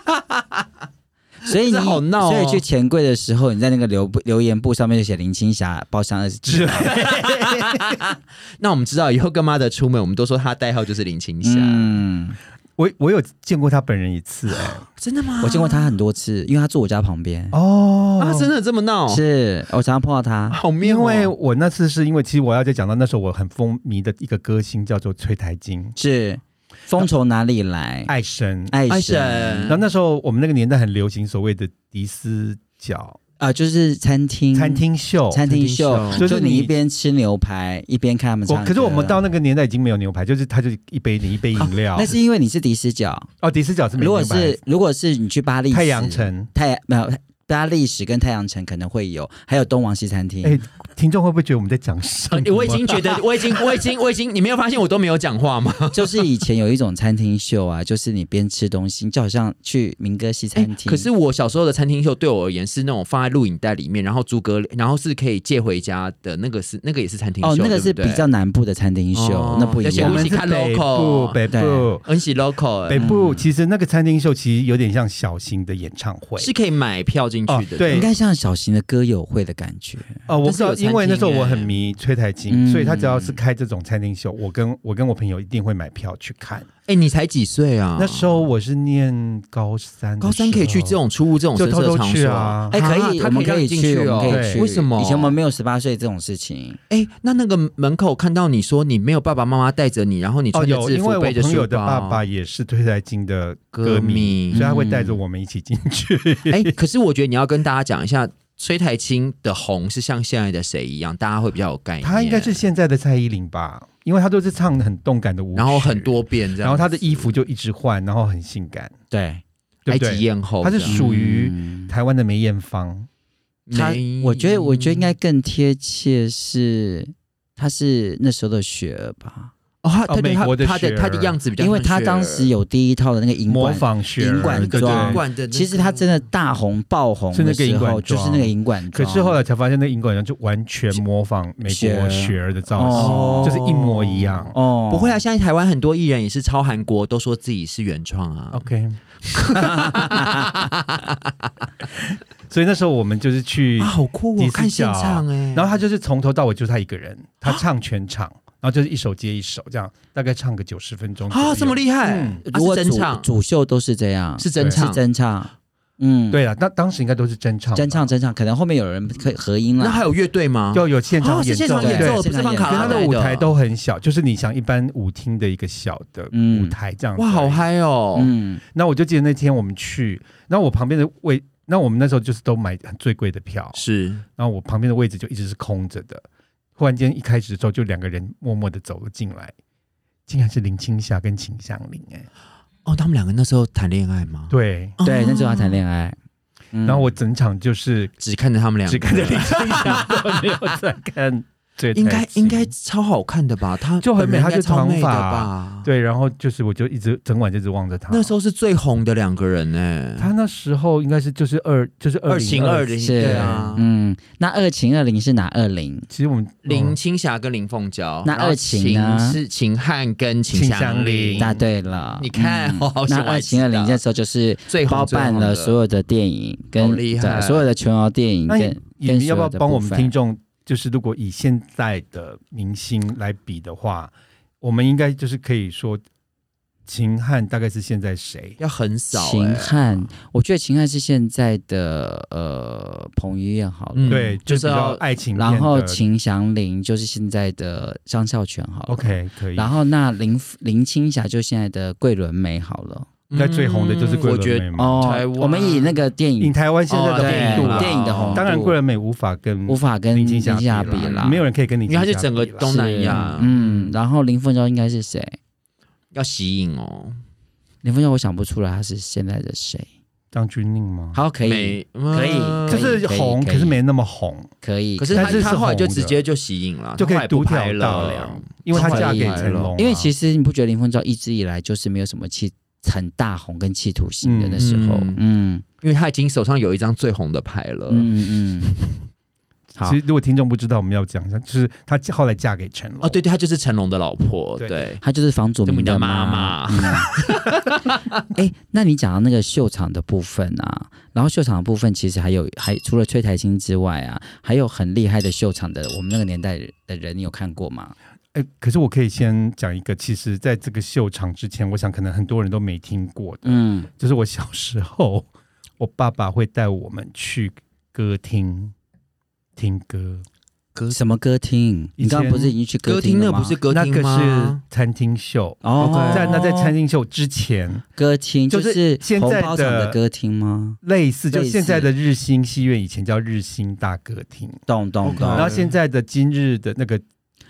[SPEAKER 1] [LAUGHS]
[SPEAKER 3] 所以你
[SPEAKER 2] 这好闹哦
[SPEAKER 3] 所以去钱柜的时候，你在那个留留言簿上面就写林青霞包厢二十
[SPEAKER 1] 啊
[SPEAKER 3] 之
[SPEAKER 1] 啊
[SPEAKER 2] 那我们知道以后跟妈的出门，我们都说她代号就是林青霞。
[SPEAKER 3] 嗯，
[SPEAKER 1] 我我有见过他本人一次哎、
[SPEAKER 2] 真的吗？
[SPEAKER 3] 我见过他很多次，因为他住我家旁边。
[SPEAKER 1] 哦
[SPEAKER 2] 啊，真的这么闹？
[SPEAKER 3] 是我常常碰到他，
[SPEAKER 2] 好
[SPEAKER 1] 因
[SPEAKER 2] 妙、哦，
[SPEAKER 1] 为我那次是因为，其实我要再讲到那时候我很风靡的一个歌星叫做崔台金，
[SPEAKER 3] 是风从哪里来？
[SPEAKER 1] 爱神。
[SPEAKER 3] 爱
[SPEAKER 2] 爱
[SPEAKER 3] 神
[SPEAKER 2] 哎神
[SPEAKER 1] 然后那时候我们那个年代很流行所谓的迪斯角
[SPEAKER 3] 啊、就是餐厅
[SPEAKER 1] 餐厅秀，
[SPEAKER 3] 餐厅秀
[SPEAKER 2] 餐厅，
[SPEAKER 1] 秀
[SPEAKER 3] 就
[SPEAKER 1] 就是
[SPEAKER 3] 你
[SPEAKER 1] 你
[SPEAKER 3] 一边吃牛排一边看他们唱
[SPEAKER 1] 我
[SPEAKER 3] 歌。
[SPEAKER 1] 可是我们到那个年代已经没有牛排，就是它就一杯你一杯饮料。
[SPEAKER 3] [LAUGHS] 那是因为你是迪斯角，
[SPEAKER 1] 哦，迪斯角是没
[SPEAKER 3] 如
[SPEAKER 1] 牛
[SPEAKER 3] 果
[SPEAKER 1] 排。
[SPEAKER 3] 是如果是你去巴黎
[SPEAKER 1] 太阳城，
[SPEAKER 3] 太没有巴黎史跟太阳城可能会有，还有东王西餐厅。
[SPEAKER 1] 哎，听众会不会觉得我们在讲什么？
[SPEAKER 2] 呃我已经觉
[SPEAKER 1] [LAUGHS]
[SPEAKER 2] 得，我已经，我已经，我已经，你没有发现我都没有讲话吗？
[SPEAKER 3] 就是以前有一种餐厅秀啊， [LAUGHS] 就是你边吃东西，就好像去民歌西餐厅。
[SPEAKER 2] 哎可是我小时候的餐厅秀对我而言是那种放在录影带里面，然后租歌，然后是可以借回家的那个是那个也是餐厅秀，
[SPEAKER 3] 哦，那个
[SPEAKER 2] 对
[SPEAKER 3] 是
[SPEAKER 2] 不
[SPEAKER 3] 比
[SPEAKER 2] 对
[SPEAKER 3] 较南部的餐厅秀，
[SPEAKER 2] 哦
[SPEAKER 3] 那不一
[SPEAKER 2] 而且
[SPEAKER 1] 我
[SPEAKER 3] 样。
[SPEAKER 1] 们
[SPEAKER 2] 一起
[SPEAKER 1] 是
[SPEAKER 2] 看
[SPEAKER 1] 北
[SPEAKER 2] local
[SPEAKER 1] 部，北部，
[SPEAKER 2] 恩喜 local
[SPEAKER 1] 北
[SPEAKER 2] 欸
[SPEAKER 1] 部。其实那个餐厅秀其实有点像小型的演唱会。
[SPEAKER 2] 是可以买票进去的，
[SPEAKER 1] 哦对
[SPEAKER 3] 应该像小型的歌友会的感觉，
[SPEAKER 1] 哦，我
[SPEAKER 2] 但
[SPEAKER 1] 不
[SPEAKER 2] 是
[SPEAKER 1] 知道，
[SPEAKER 2] 有餐
[SPEAKER 1] 因为那时候
[SPEAKER 2] 厅
[SPEAKER 1] 我
[SPEAKER 2] 欸
[SPEAKER 1] 很迷崔台金，
[SPEAKER 3] 嗯
[SPEAKER 1] 所以他只要是开这种餐厅秀，我跟我跟我朋友一定会买票去看。
[SPEAKER 2] 哎，你才几岁啊？
[SPEAKER 1] 那时候我是念高三的时候，
[SPEAKER 2] 高三可以去这种出入这种
[SPEAKER 1] 就
[SPEAKER 2] 色
[SPEAKER 1] 偷
[SPEAKER 2] 色
[SPEAKER 1] 偷
[SPEAKER 2] 场
[SPEAKER 1] 去
[SPEAKER 2] 所。
[SPEAKER 1] 啊。
[SPEAKER 3] 哎、可以，
[SPEAKER 2] 他
[SPEAKER 3] 我们
[SPEAKER 2] 可以让
[SPEAKER 3] 可以
[SPEAKER 2] 你进去
[SPEAKER 3] 我们可
[SPEAKER 1] 哦
[SPEAKER 3] 以去。
[SPEAKER 2] 为什么
[SPEAKER 3] 以前我们没有十八岁这种事情，
[SPEAKER 2] 哎，那那个门口看到你说你没有爸爸妈妈带着你，然后你
[SPEAKER 1] 哦，
[SPEAKER 2] 穿着
[SPEAKER 1] 有，
[SPEAKER 2] 制
[SPEAKER 1] 因为我
[SPEAKER 2] 服背着
[SPEAKER 1] 朋
[SPEAKER 2] 书
[SPEAKER 1] 友的
[SPEAKER 2] 包，
[SPEAKER 1] 爸爸也是推台金的
[SPEAKER 2] 歌
[SPEAKER 1] 歌迷，
[SPEAKER 2] 迷嗯
[SPEAKER 1] 所以他会带着我们一起进去。
[SPEAKER 2] 哎、可是我觉得你要跟大家讲一下，崔台青的红是像现在的谁一样，大家会比较有概念。
[SPEAKER 1] 他应该是现在的蔡依林吧，因为他都是唱很动感的舞曲，
[SPEAKER 2] 然后很，多变这
[SPEAKER 1] 然
[SPEAKER 2] 样，
[SPEAKER 1] 后他的衣服就一直换，然后很性感，
[SPEAKER 3] 对，
[SPEAKER 1] 对
[SPEAKER 2] 埃
[SPEAKER 1] 不
[SPEAKER 2] 及
[SPEAKER 1] 对？
[SPEAKER 2] 艳后
[SPEAKER 1] 他
[SPEAKER 2] 这样，
[SPEAKER 1] 是属于
[SPEAKER 3] 嗯
[SPEAKER 1] 台湾的梅艳芳，
[SPEAKER 3] 他
[SPEAKER 2] 没，
[SPEAKER 3] 我觉得，我觉得应该更贴切是，他是那时候的雪儿吧，
[SPEAKER 2] 哦，他
[SPEAKER 1] 哦
[SPEAKER 2] 他对
[SPEAKER 1] 美国
[SPEAKER 2] 他
[SPEAKER 1] 的
[SPEAKER 2] 他
[SPEAKER 1] 雪
[SPEAKER 2] 的
[SPEAKER 1] 儿
[SPEAKER 2] 他的样子比较像雪儿，
[SPEAKER 3] 因为他当时有第一套的那个银
[SPEAKER 1] 模
[SPEAKER 3] 管，
[SPEAKER 1] 仿雪儿
[SPEAKER 3] 银管
[SPEAKER 1] 对
[SPEAKER 3] 妆
[SPEAKER 1] 对
[SPEAKER 2] 管的那个，
[SPEAKER 3] 其实他真的大红爆红的
[SPEAKER 1] 是那个
[SPEAKER 3] 时
[SPEAKER 1] 银管
[SPEAKER 3] 候，
[SPEAKER 1] 妆
[SPEAKER 3] 就是那个银管
[SPEAKER 1] 可
[SPEAKER 3] 妆。
[SPEAKER 1] 是后来才发现，那个英国人就完全模仿美
[SPEAKER 3] 雪
[SPEAKER 1] 国
[SPEAKER 3] 儿
[SPEAKER 1] 雪儿的造型，
[SPEAKER 2] 哦
[SPEAKER 1] 就是一模一样。
[SPEAKER 3] 哦，
[SPEAKER 2] 不会啊，现在台湾很多艺人也是抄韩国，都说自己是原创啊。
[SPEAKER 1] OK，所以那时候我们就是去
[SPEAKER 2] 啊，，好酷
[SPEAKER 1] 迪
[SPEAKER 2] 哦！
[SPEAKER 1] 斯
[SPEAKER 2] 看现
[SPEAKER 1] 角
[SPEAKER 2] 场哎、
[SPEAKER 1] 然后他就是从头到尾就是他一个人，他唱全场，然后就是一首接一首这样，大概唱个九十分钟左右。
[SPEAKER 2] 啊，这么厉害，
[SPEAKER 1] 嗯
[SPEAKER 2] 啊
[SPEAKER 3] 如果
[SPEAKER 2] 是
[SPEAKER 3] 主
[SPEAKER 2] 真唱
[SPEAKER 3] 主秀都是这样，
[SPEAKER 2] 是真
[SPEAKER 1] 对
[SPEAKER 2] 唱，
[SPEAKER 3] 是真唱，嗯，，
[SPEAKER 1] 对了，当当时应该都是真唱吧，
[SPEAKER 3] 真唱真唱，可能后面有人可以合音
[SPEAKER 2] 那
[SPEAKER 3] 啦。
[SPEAKER 2] 还有乐队吗？
[SPEAKER 1] 就有现
[SPEAKER 2] 啊
[SPEAKER 1] 场
[SPEAKER 2] 是
[SPEAKER 1] 演
[SPEAKER 2] 现
[SPEAKER 1] 奏，
[SPEAKER 2] 场演奏，
[SPEAKER 3] 对
[SPEAKER 2] 不是放
[SPEAKER 3] 现场
[SPEAKER 2] 卡
[SPEAKER 1] 可是
[SPEAKER 2] 拉
[SPEAKER 1] 他的
[SPEAKER 2] 来
[SPEAKER 1] 舞台都很小，就是你想一般舞厅的一个小的
[SPEAKER 3] 嗯
[SPEAKER 1] 舞台这样。
[SPEAKER 2] 哇，好！嗨哦！
[SPEAKER 3] 嗯，
[SPEAKER 1] 那我就记得那天我们去，然后我旁边的位，那我们那时候就是都买最贵的票，
[SPEAKER 2] 是
[SPEAKER 1] 然后我旁边的位置就一直是空着的。忽然间一开始的时候，就两个人默默的走了进来，竟然是林青霞跟秦香玲哎、
[SPEAKER 2] 哦，他们两个那时候谈恋爱吗？
[SPEAKER 1] 对。
[SPEAKER 2] 哦
[SPEAKER 3] 对，那时候他谈恋爱。嗯
[SPEAKER 1] 然后我整场就是
[SPEAKER 2] 只看着他们两
[SPEAKER 1] 只
[SPEAKER 2] 个，
[SPEAKER 1] 看着林青霞，都没有在看最
[SPEAKER 2] 应该应该超好看的吧？他
[SPEAKER 1] 就很美
[SPEAKER 2] 本人应该
[SPEAKER 1] 她就
[SPEAKER 2] 超美的
[SPEAKER 1] 长发
[SPEAKER 2] 吧？，
[SPEAKER 1] 对，然后就是我就一直整晚就一直望着他。
[SPEAKER 2] 那时候是最红的两个人呢、
[SPEAKER 1] 他那时候应该是就是二就是
[SPEAKER 2] 二
[SPEAKER 1] 零
[SPEAKER 2] 情二零，
[SPEAKER 3] 是
[SPEAKER 2] 对啊，
[SPEAKER 3] 嗯，那二情二零是哪二零？
[SPEAKER 1] 其实我们
[SPEAKER 2] 林
[SPEAKER 1] 嗯
[SPEAKER 2] 青霞跟林凤娇，
[SPEAKER 3] 那
[SPEAKER 2] 然后
[SPEAKER 3] 二情呢
[SPEAKER 2] 秦是秦汉跟秦
[SPEAKER 1] 秦
[SPEAKER 2] 香
[SPEAKER 1] 香
[SPEAKER 2] 菱
[SPEAKER 1] 菱，
[SPEAKER 3] 答对了。
[SPEAKER 2] 你看
[SPEAKER 3] 嗯
[SPEAKER 2] 我好喜
[SPEAKER 3] 那
[SPEAKER 2] 欢
[SPEAKER 3] 二情二零
[SPEAKER 2] 知道
[SPEAKER 3] 那时候就是
[SPEAKER 2] 最红
[SPEAKER 3] 包办了所
[SPEAKER 2] 有
[SPEAKER 3] 有的电影跟
[SPEAKER 2] 好厉害
[SPEAKER 3] 对所有的琼瑶电影
[SPEAKER 1] 那
[SPEAKER 3] 跟
[SPEAKER 1] 你
[SPEAKER 3] 跟
[SPEAKER 1] 你要不要
[SPEAKER 3] 所有的
[SPEAKER 1] 帮我们
[SPEAKER 3] 部分
[SPEAKER 1] 听众，就是如果以现在的明星来比的话，我们应该就是可以说秦汉大概是现在谁？
[SPEAKER 2] 要很少、欸，
[SPEAKER 3] 秦汉，我觉得秦汉是现在的呃彭于晏好了，
[SPEAKER 2] 嗯
[SPEAKER 1] 对，就
[SPEAKER 2] 就是
[SPEAKER 1] 是比较
[SPEAKER 2] 要
[SPEAKER 1] 爱情片的。
[SPEAKER 3] 然后秦祥林就是现在的张孝全好了
[SPEAKER 1] OK 可以，
[SPEAKER 3] 然后那林林青霞就是现在的桂纶镁好了。
[SPEAKER 1] 应该最红的就是桂
[SPEAKER 2] 嗯我
[SPEAKER 1] 纶
[SPEAKER 2] 觉得
[SPEAKER 1] 镁嘛。
[SPEAKER 2] 台
[SPEAKER 3] 哦，
[SPEAKER 2] 湾
[SPEAKER 3] 我们以那个电
[SPEAKER 1] 以嗯
[SPEAKER 3] 影
[SPEAKER 1] 台湾现在
[SPEAKER 2] 哦
[SPEAKER 1] 的
[SPEAKER 3] 对
[SPEAKER 1] 红度啦，啊
[SPEAKER 3] 电影的红度
[SPEAKER 1] 当然桂纶镁无法跟
[SPEAKER 3] 无法跟
[SPEAKER 1] 林
[SPEAKER 3] 林
[SPEAKER 1] 青
[SPEAKER 3] 青
[SPEAKER 1] 霞
[SPEAKER 3] 霞
[SPEAKER 1] 比
[SPEAKER 3] 啦，
[SPEAKER 1] 没有人可以跟林
[SPEAKER 2] 因
[SPEAKER 1] 青
[SPEAKER 2] 为
[SPEAKER 1] 霞比
[SPEAKER 2] 他是
[SPEAKER 1] 啦。
[SPEAKER 2] 整个东南亚，
[SPEAKER 3] 嗯，然后林凤娇应该是谁？
[SPEAKER 2] 要吸引哦。
[SPEAKER 3] 林凤娇我想不出来她是现在的谁。
[SPEAKER 1] 张钧甯吗？
[SPEAKER 3] 好，可以，
[SPEAKER 2] 美可
[SPEAKER 3] 以
[SPEAKER 1] 就
[SPEAKER 3] 可
[SPEAKER 1] 是
[SPEAKER 3] 可以
[SPEAKER 1] 红，
[SPEAKER 3] 可
[SPEAKER 1] 可是
[SPEAKER 3] 以
[SPEAKER 1] 没那么红，
[SPEAKER 3] 可以。
[SPEAKER 2] 可是
[SPEAKER 1] 但
[SPEAKER 2] 他
[SPEAKER 1] 是是
[SPEAKER 2] 他后来就
[SPEAKER 1] 红的
[SPEAKER 2] 直接就吸引
[SPEAKER 3] 啊
[SPEAKER 2] 了，
[SPEAKER 1] 就可
[SPEAKER 2] 他后来
[SPEAKER 1] 以
[SPEAKER 2] 不
[SPEAKER 1] 独挑
[SPEAKER 2] 拍
[SPEAKER 1] 大
[SPEAKER 2] 了
[SPEAKER 1] 梁。，因为他
[SPEAKER 3] 后来
[SPEAKER 1] 嫁给
[SPEAKER 3] 不拍
[SPEAKER 1] 成
[SPEAKER 2] 了
[SPEAKER 1] 龙啊，
[SPEAKER 3] 因为其实你不觉得林凤娇一直以来就是没有什么气很大红跟企图心的那时候，嗯
[SPEAKER 2] 因为他已经手上有一张最红的牌了。
[SPEAKER 3] 嗯嗯，好
[SPEAKER 1] 其，实如果听众不知道，我们要讲一下，就是她后来嫁给成龙。
[SPEAKER 2] 哦，对对，他就是成龙的老婆，
[SPEAKER 1] 对
[SPEAKER 2] 对，
[SPEAKER 3] 她就是房祖
[SPEAKER 2] 这么
[SPEAKER 3] 名
[SPEAKER 2] 你的妈
[SPEAKER 3] 妈
[SPEAKER 2] 妈。
[SPEAKER 3] 哎、那你讲到那个秀场的部分啊，然后秀场的部分其实还有还除了崔台青之外啊，还有很厉害的秀场的，我们那个年代的人，你有看过吗？
[SPEAKER 1] 哎，可是我可以先讲一个，其实在这个秀场之前，我想可能很多人都没听过的，
[SPEAKER 3] 嗯，
[SPEAKER 1] 就是我小时候，我爸爸会带我们去歌厅听歌，
[SPEAKER 3] 什么歌厅？
[SPEAKER 1] 以前
[SPEAKER 3] 你刚刚不是已经去
[SPEAKER 2] 歌
[SPEAKER 3] 厅
[SPEAKER 2] 厅
[SPEAKER 3] 了
[SPEAKER 2] 那
[SPEAKER 3] 吗
[SPEAKER 2] 不是歌
[SPEAKER 1] 那
[SPEAKER 2] 厅
[SPEAKER 1] 个是
[SPEAKER 2] 吗？
[SPEAKER 1] 餐厅秀。
[SPEAKER 3] 哦，
[SPEAKER 1] 在那在餐厅秀之前，
[SPEAKER 3] 歌厅
[SPEAKER 1] 就
[SPEAKER 3] 就是是
[SPEAKER 1] 现
[SPEAKER 3] 红
[SPEAKER 1] 在
[SPEAKER 3] 包场的
[SPEAKER 1] 的
[SPEAKER 3] 歌厅吗？
[SPEAKER 1] 类似就
[SPEAKER 3] 类似
[SPEAKER 1] 现在的日新戏院，以前叫日新大歌厅，
[SPEAKER 3] 懂懂
[SPEAKER 2] OK
[SPEAKER 3] 懂
[SPEAKER 1] 然。后现在的今日的那个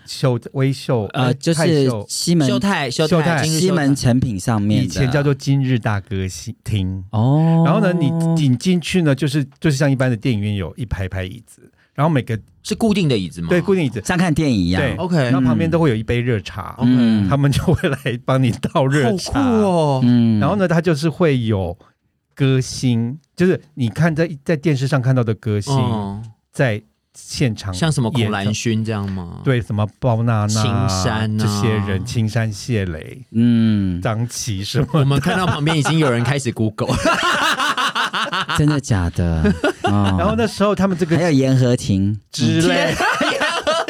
[SPEAKER 1] 秀微秀
[SPEAKER 3] 呃，就
[SPEAKER 1] 泰
[SPEAKER 3] 是
[SPEAKER 1] 哎秀
[SPEAKER 3] 西门
[SPEAKER 2] 秀泰秀
[SPEAKER 1] 秀泰
[SPEAKER 2] 泰今日
[SPEAKER 3] 西
[SPEAKER 2] 秀
[SPEAKER 3] 门
[SPEAKER 2] 泰
[SPEAKER 3] 成品上
[SPEAKER 2] 啊
[SPEAKER 3] 面的
[SPEAKER 1] 以前叫做今日大歌戏厅。
[SPEAKER 3] 哦。
[SPEAKER 1] 然后呢，你你进去呢，就是就是像一般的电影院有一排排椅子，然后每个
[SPEAKER 2] 是固定的椅子吗？
[SPEAKER 1] 对固定椅子，
[SPEAKER 3] 像看电影一样，
[SPEAKER 1] 对哦
[SPEAKER 2] OK
[SPEAKER 1] 然后旁边都会有一杯热茶，
[SPEAKER 3] 嗯
[SPEAKER 1] 他们就会来帮你倒热
[SPEAKER 2] 好酷
[SPEAKER 1] 茶。
[SPEAKER 2] 哦！
[SPEAKER 3] 嗯
[SPEAKER 1] 然后？呢，它就是会有歌星，就是你看在在电视上看到的歌星，
[SPEAKER 2] 嗯，
[SPEAKER 1] 在现场
[SPEAKER 2] 像什么
[SPEAKER 1] 演
[SPEAKER 2] 孔
[SPEAKER 1] 唱
[SPEAKER 2] 兰勋这样吗？，
[SPEAKER 1] 对什么包娜娜、
[SPEAKER 2] 青山啊
[SPEAKER 1] 这些人，青山、谢雷、
[SPEAKER 3] 嗯，
[SPEAKER 1] 张琪什么，
[SPEAKER 2] 我们看到旁边已经有人开始
[SPEAKER 1] [LAUGHS]
[SPEAKER 2] Google 了。
[SPEAKER 3] 真的假的？哦
[SPEAKER 1] 然后那时候他们这个
[SPEAKER 3] 还有言和亭，
[SPEAKER 1] 之类，
[SPEAKER 2] 啊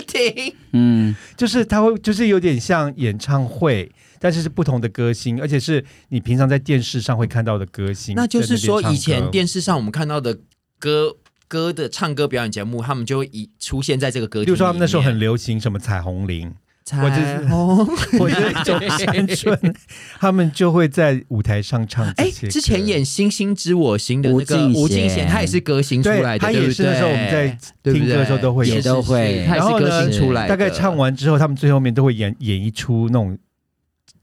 [SPEAKER 2] 停，
[SPEAKER 3] 嗯，
[SPEAKER 1] 就是他会就是有点像演唱会。但是是不同的歌星，而且是你平常在电视上会看到的歌星。
[SPEAKER 2] 那就
[SPEAKER 1] 在
[SPEAKER 2] 是
[SPEAKER 1] 边
[SPEAKER 2] 说，
[SPEAKER 1] 唱
[SPEAKER 2] 以前
[SPEAKER 1] 歌
[SPEAKER 2] 电视上我们看到的歌歌的唱歌表演节目，他们就会以出现在这个歌厅里面。
[SPEAKER 1] 例如说，他们那时候很流行什么彩虹铃，我就是
[SPEAKER 2] 彩虹。
[SPEAKER 1] 或者是中山春，他们就会在舞台上唱这
[SPEAKER 2] 哎，
[SPEAKER 1] 些歌。
[SPEAKER 2] 之前演《星星知我心》的那个
[SPEAKER 3] 吴敬贤
[SPEAKER 2] 吴敬贤，他也是歌星出
[SPEAKER 1] 对，
[SPEAKER 2] 来的，
[SPEAKER 1] 他
[SPEAKER 2] 对
[SPEAKER 1] 也
[SPEAKER 2] 不
[SPEAKER 1] 是
[SPEAKER 2] 对
[SPEAKER 1] 那时候我们在
[SPEAKER 2] 对不
[SPEAKER 1] 听歌的时候
[SPEAKER 2] 对
[SPEAKER 1] 都会
[SPEAKER 3] 也
[SPEAKER 1] 有。
[SPEAKER 3] 都会
[SPEAKER 2] 是是他也
[SPEAKER 1] 然后
[SPEAKER 2] 是
[SPEAKER 1] 呢
[SPEAKER 2] 歌星出来的，
[SPEAKER 1] 大概唱完之后，他们最后面都会演演一出那种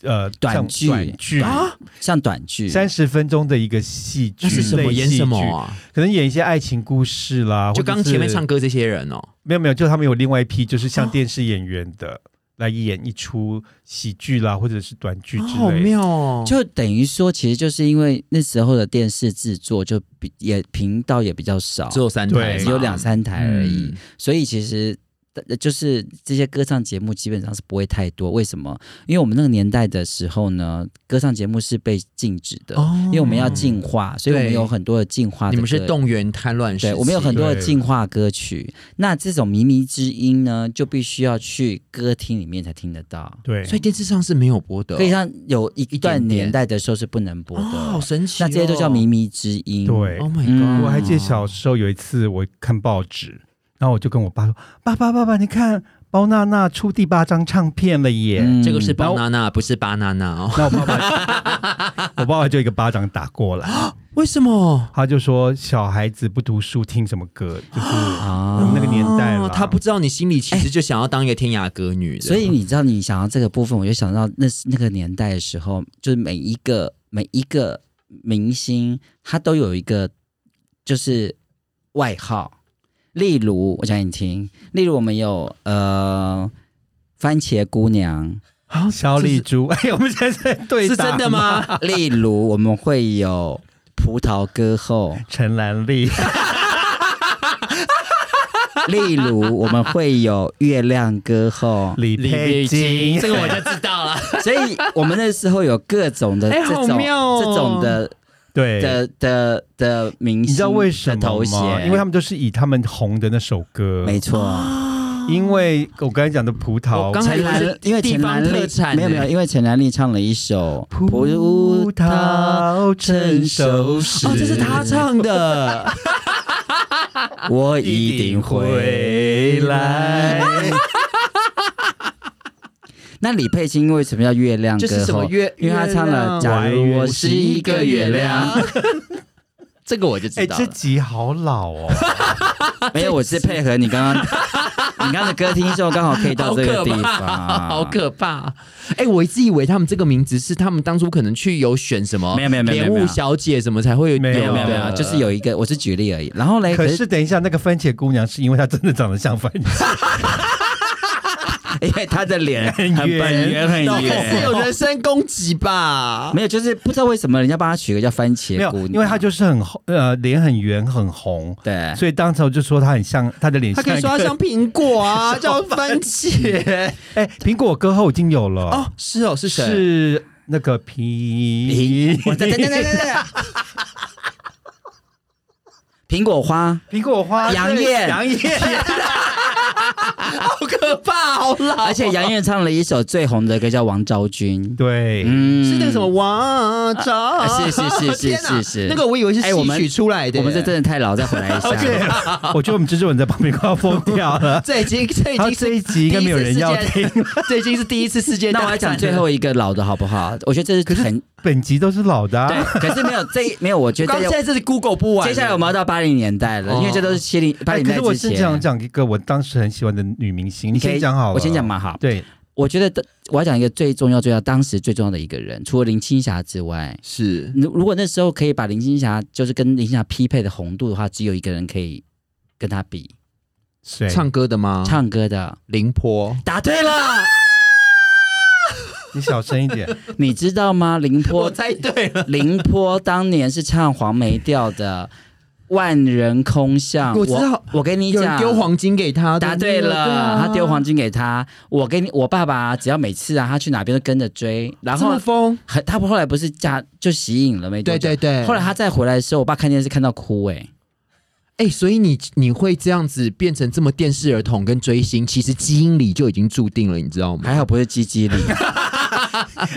[SPEAKER 1] 呃
[SPEAKER 3] 短
[SPEAKER 1] 像
[SPEAKER 3] 剧
[SPEAKER 1] 短剧
[SPEAKER 2] 啊，
[SPEAKER 3] 像短剧，
[SPEAKER 1] 三十分钟的一个戏剧，
[SPEAKER 2] 那是什么
[SPEAKER 1] 类
[SPEAKER 2] 演
[SPEAKER 1] 戏
[SPEAKER 2] 什么
[SPEAKER 1] 剧
[SPEAKER 2] 啊？
[SPEAKER 1] 可能演一些爱情故事啦，或者
[SPEAKER 2] 就刚前面
[SPEAKER 1] 是
[SPEAKER 2] 唱歌这些人哦，
[SPEAKER 1] 没有没有，就他们有另外一批，就是像电视演员的、来演一出喜剧啦，或者是短剧
[SPEAKER 2] 啊
[SPEAKER 1] 之
[SPEAKER 2] 好
[SPEAKER 1] 类的。
[SPEAKER 2] 妙哦！
[SPEAKER 3] 就等于说，其实就是因为那时候的电视制作就比也频道也比较少，
[SPEAKER 2] 只有三台嘛，
[SPEAKER 1] 对
[SPEAKER 3] 只有两三台而已，
[SPEAKER 2] 嗯。
[SPEAKER 3] 所以其实。呃就是这些歌唱节目基本上是不会太多，为什么？因为我们那个年代的时候呢，歌唱节目是被禁止的，
[SPEAKER 1] 嗯
[SPEAKER 2] 哦
[SPEAKER 3] 因为我们要进化，所以我们
[SPEAKER 2] 对
[SPEAKER 3] 有很多的进化的
[SPEAKER 2] 你们是
[SPEAKER 3] 歌
[SPEAKER 2] 动员贪乱时期，
[SPEAKER 3] 对，我们有很多的
[SPEAKER 1] 对
[SPEAKER 3] 进化歌曲。那这种靡靡之音呢，就必须要去歌厅里面才听得到。
[SPEAKER 1] 对，
[SPEAKER 2] 所以电视上是没有播的哦，
[SPEAKER 3] 可以让有一
[SPEAKER 2] 一
[SPEAKER 3] 段
[SPEAKER 2] 点点
[SPEAKER 3] 年代的时候是不能播
[SPEAKER 2] 哦，
[SPEAKER 3] 的。
[SPEAKER 2] 好神奇哦。
[SPEAKER 3] 那这些都叫靡靡之音。
[SPEAKER 1] 对
[SPEAKER 2] Oh my
[SPEAKER 3] 嗯
[SPEAKER 2] god！
[SPEAKER 1] 我还记得小时候有一次，我看报纸，然后我就跟我爸说：“爸爸，爸爸，你看包娜娜出第八张唱片了耶！”
[SPEAKER 3] 嗯，
[SPEAKER 2] 这个是 banana，不是 banana 哦。
[SPEAKER 1] 那我爸爸，
[SPEAKER 2] [LAUGHS]
[SPEAKER 1] 我爸爸就一个巴掌打过
[SPEAKER 2] [GASPS]
[SPEAKER 1] 来，
[SPEAKER 2] 为什么？
[SPEAKER 1] 他就说：“小孩子不读书，听什么歌？”就是
[SPEAKER 3] 啊
[SPEAKER 1] 那个年代了
[SPEAKER 2] 哦他不知道你心里其实就想要当一个天涯歌女的，
[SPEAKER 3] 所以你知道，你想到这个部分，我就想到那是那个年代的时候，就是每一个每一个明星，他都有一个就是外号。例如，我讲给你听，例如我们有呃番茄姑娘，
[SPEAKER 2] [LAUGHS] 啊
[SPEAKER 1] 小丽珠。哎，我们现在在对
[SPEAKER 2] 是
[SPEAKER 1] 打
[SPEAKER 2] 真的？吗？
[SPEAKER 3] 例如我们会有葡萄歌后，
[SPEAKER 1] 陈兰丽，
[SPEAKER 3] 例如我们会有月亮
[SPEAKER 2] [LAUGHS]
[SPEAKER 3] 歌后，
[SPEAKER 1] 李佩金，
[SPEAKER 2] 这个我就知道
[SPEAKER 3] [LAUGHS]
[SPEAKER 2] 了。
[SPEAKER 3] 所以我们那时候有各种的
[SPEAKER 2] 哎
[SPEAKER 3] 这
[SPEAKER 2] 好
[SPEAKER 3] 种、
[SPEAKER 2] 妙哦
[SPEAKER 3] 这种的
[SPEAKER 1] 对。
[SPEAKER 3] 的的的明星，
[SPEAKER 1] 你知道为什
[SPEAKER 3] 的
[SPEAKER 1] 么
[SPEAKER 3] 头
[SPEAKER 1] 吗？
[SPEAKER 3] 衔？
[SPEAKER 1] 因为他们都是以他们红的那首歌，
[SPEAKER 3] 没错，
[SPEAKER 1] 因为我刚才讲的葡萄
[SPEAKER 2] 我，刚才
[SPEAKER 3] 陈
[SPEAKER 2] 啊以为
[SPEAKER 3] 兰
[SPEAKER 2] 是
[SPEAKER 3] 因为
[SPEAKER 2] 地
[SPEAKER 3] 陈
[SPEAKER 2] 方
[SPEAKER 3] 兰
[SPEAKER 2] 特
[SPEAKER 3] 丽
[SPEAKER 2] 产
[SPEAKER 3] 没有没有，
[SPEAKER 2] 欸
[SPEAKER 3] 因为陈兰丽唱了一首
[SPEAKER 1] 葡萄成熟时，
[SPEAKER 2] 哦，这是他唱的，
[SPEAKER 3] 我一定回来。 [LAUGHS] 那李佩欣为什么叫月亮歌
[SPEAKER 2] 就
[SPEAKER 3] 后？
[SPEAKER 2] 是什么月，
[SPEAKER 3] 因为他唱了《
[SPEAKER 2] 月亮哎
[SPEAKER 3] 假如我是一个月亮》，
[SPEAKER 2] 这个我就
[SPEAKER 1] 哎，
[SPEAKER 2] 知道
[SPEAKER 1] 这
[SPEAKER 2] 了。
[SPEAKER 1] 集好老哦，
[SPEAKER 3] [LAUGHS] 没有，我是配合你刚刚你刚刚的歌厅秀，刚好可以到这个地
[SPEAKER 2] [LAUGHS] 好可
[SPEAKER 3] 方，
[SPEAKER 2] 好可怕！哎、我一直以为他们这个名字是他们当初可能去有选什么，
[SPEAKER 3] 没有没有没有没有
[SPEAKER 2] 莲雾小姐什么才会有，
[SPEAKER 1] 没
[SPEAKER 3] 没有没有没有，就是有一个，我是举例而已。然后嘞，
[SPEAKER 1] 可
[SPEAKER 3] 哎可
[SPEAKER 1] 是
[SPEAKER 3] 是
[SPEAKER 1] 等一下，那个番茄姑娘是因为她真的长得像番茄，
[SPEAKER 3] 哎因为他的脸
[SPEAKER 1] 很
[SPEAKER 3] [LAUGHS] 很
[SPEAKER 1] 圆
[SPEAKER 3] 本圆很
[SPEAKER 2] 是
[SPEAKER 3] 圆，
[SPEAKER 2] 有人身攻击吧？
[SPEAKER 3] 没有，就是不知道为什么人家帮他取个叫番茄
[SPEAKER 1] 没有
[SPEAKER 3] 姑，娘，
[SPEAKER 1] 因为她就是很红，呃，脸很圆很红，
[SPEAKER 3] 对。
[SPEAKER 1] 所以当时我就说她很像她的脸
[SPEAKER 2] 他
[SPEAKER 1] 像一个。
[SPEAKER 2] 可以说他像苹果
[SPEAKER 3] [LAUGHS]
[SPEAKER 2] 啊，叫番茄
[SPEAKER 1] 哎，苹果歌后已经有了
[SPEAKER 2] 哦，，是哦，是谁？
[SPEAKER 1] 是那个苹
[SPEAKER 3] [LAUGHS]
[SPEAKER 1] [LAUGHS]
[SPEAKER 3] 我等等等等等等，苹果花， [LAUGHS]
[SPEAKER 1] 苹果花
[SPEAKER 3] 杨
[SPEAKER 1] 对
[SPEAKER 3] 艳
[SPEAKER 1] 杨艳，
[SPEAKER 2] 好可怕，好老。
[SPEAKER 3] 而且杨钰唱了一首最红的歌叫《王昭 [LAUGHS] 君》，
[SPEAKER 1] 对，
[SPEAKER 3] 嗯
[SPEAKER 2] 是那个什么王
[SPEAKER 3] 啊
[SPEAKER 2] 昭，
[SPEAKER 3] 是是是是
[SPEAKER 2] 天哪
[SPEAKER 3] 是是
[SPEAKER 2] 那个我以为是
[SPEAKER 3] 哎我
[SPEAKER 2] 戏
[SPEAKER 3] 们
[SPEAKER 2] 曲出来的，。
[SPEAKER 3] 我们这真的太老，再回来一 [LAUGHS]
[SPEAKER 1] 而且
[SPEAKER 3] 下。
[SPEAKER 1] 我觉得我们制作人在旁边快要疯掉了
[SPEAKER 3] [LAUGHS]
[SPEAKER 2] 这已经这已
[SPEAKER 1] 他
[SPEAKER 2] 经
[SPEAKER 1] 这
[SPEAKER 2] 是
[SPEAKER 1] 一集应该没有人要听，
[SPEAKER 2] [LAUGHS] 这已经是第一次世界大战
[SPEAKER 3] 那我
[SPEAKER 2] 了。
[SPEAKER 3] 要讲最后一个老的好不好？我觉得这是很
[SPEAKER 1] 本集都是老的、
[SPEAKER 3] 对
[SPEAKER 1] 啊。，
[SPEAKER 3] 可是没有这没有，我觉
[SPEAKER 2] 我
[SPEAKER 3] 得
[SPEAKER 2] 刚
[SPEAKER 3] 这
[SPEAKER 2] 刚现在这是 Google 不完了，
[SPEAKER 3] 接下来我们要到八零年代了，
[SPEAKER 2] 哦
[SPEAKER 3] 因为这都是七零八
[SPEAKER 1] 哎
[SPEAKER 3] 零
[SPEAKER 1] 可
[SPEAKER 3] 年
[SPEAKER 1] 是
[SPEAKER 3] 代
[SPEAKER 1] 我
[SPEAKER 3] 之
[SPEAKER 1] 是想
[SPEAKER 3] 前。
[SPEAKER 1] 讲一个我当时很喜欢的女明星，你
[SPEAKER 3] 可以
[SPEAKER 1] 先讲好了。
[SPEAKER 3] 我先讲。嘛哈。
[SPEAKER 1] 对，
[SPEAKER 3] 我觉得我要讲一个最重要、最重要当时最重要的一个人，除了林青霞之外，
[SPEAKER 2] 是
[SPEAKER 3] 如如果那时候可以把林青霞就是跟林青霞匹配的红度的话，只有一个人可以跟她比，
[SPEAKER 1] 谁？
[SPEAKER 2] 唱歌的
[SPEAKER 1] 啊
[SPEAKER 2] 吗？
[SPEAKER 3] 唱歌的。
[SPEAKER 2] 凌波，
[SPEAKER 3] 答对了，
[SPEAKER 1] 你小声一
[SPEAKER 3] [LAUGHS]
[SPEAKER 1] 点。
[SPEAKER 3] 你知道吗？凌
[SPEAKER 2] 我
[SPEAKER 3] 波， [LAUGHS]
[SPEAKER 2] 猜对了，
[SPEAKER 3] 凌波当年是唱黄梅调的《万人空巷》。
[SPEAKER 2] 我知道
[SPEAKER 3] 我，我跟你
[SPEAKER 2] 有人
[SPEAKER 3] 讲，
[SPEAKER 2] 丢黄金给他，啊
[SPEAKER 3] 答对了，他丢黄金给他。我给你，我爸爸只要每次啊，他去哪边都跟着追，然
[SPEAKER 2] 这么
[SPEAKER 3] 后
[SPEAKER 2] 疯，
[SPEAKER 3] 很他不后来不是嫁就吸引了没多
[SPEAKER 2] 对
[SPEAKER 3] 久？
[SPEAKER 2] 对对。
[SPEAKER 3] 后来他再回来的时候，我爸看电视看到哭哎、
[SPEAKER 2] 哎、所以你你会这样子变成这么电视儿童跟追星，其实基因里就已经注定了，你知道吗？
[SPEAKER 3] 还好不是鸡鸡里，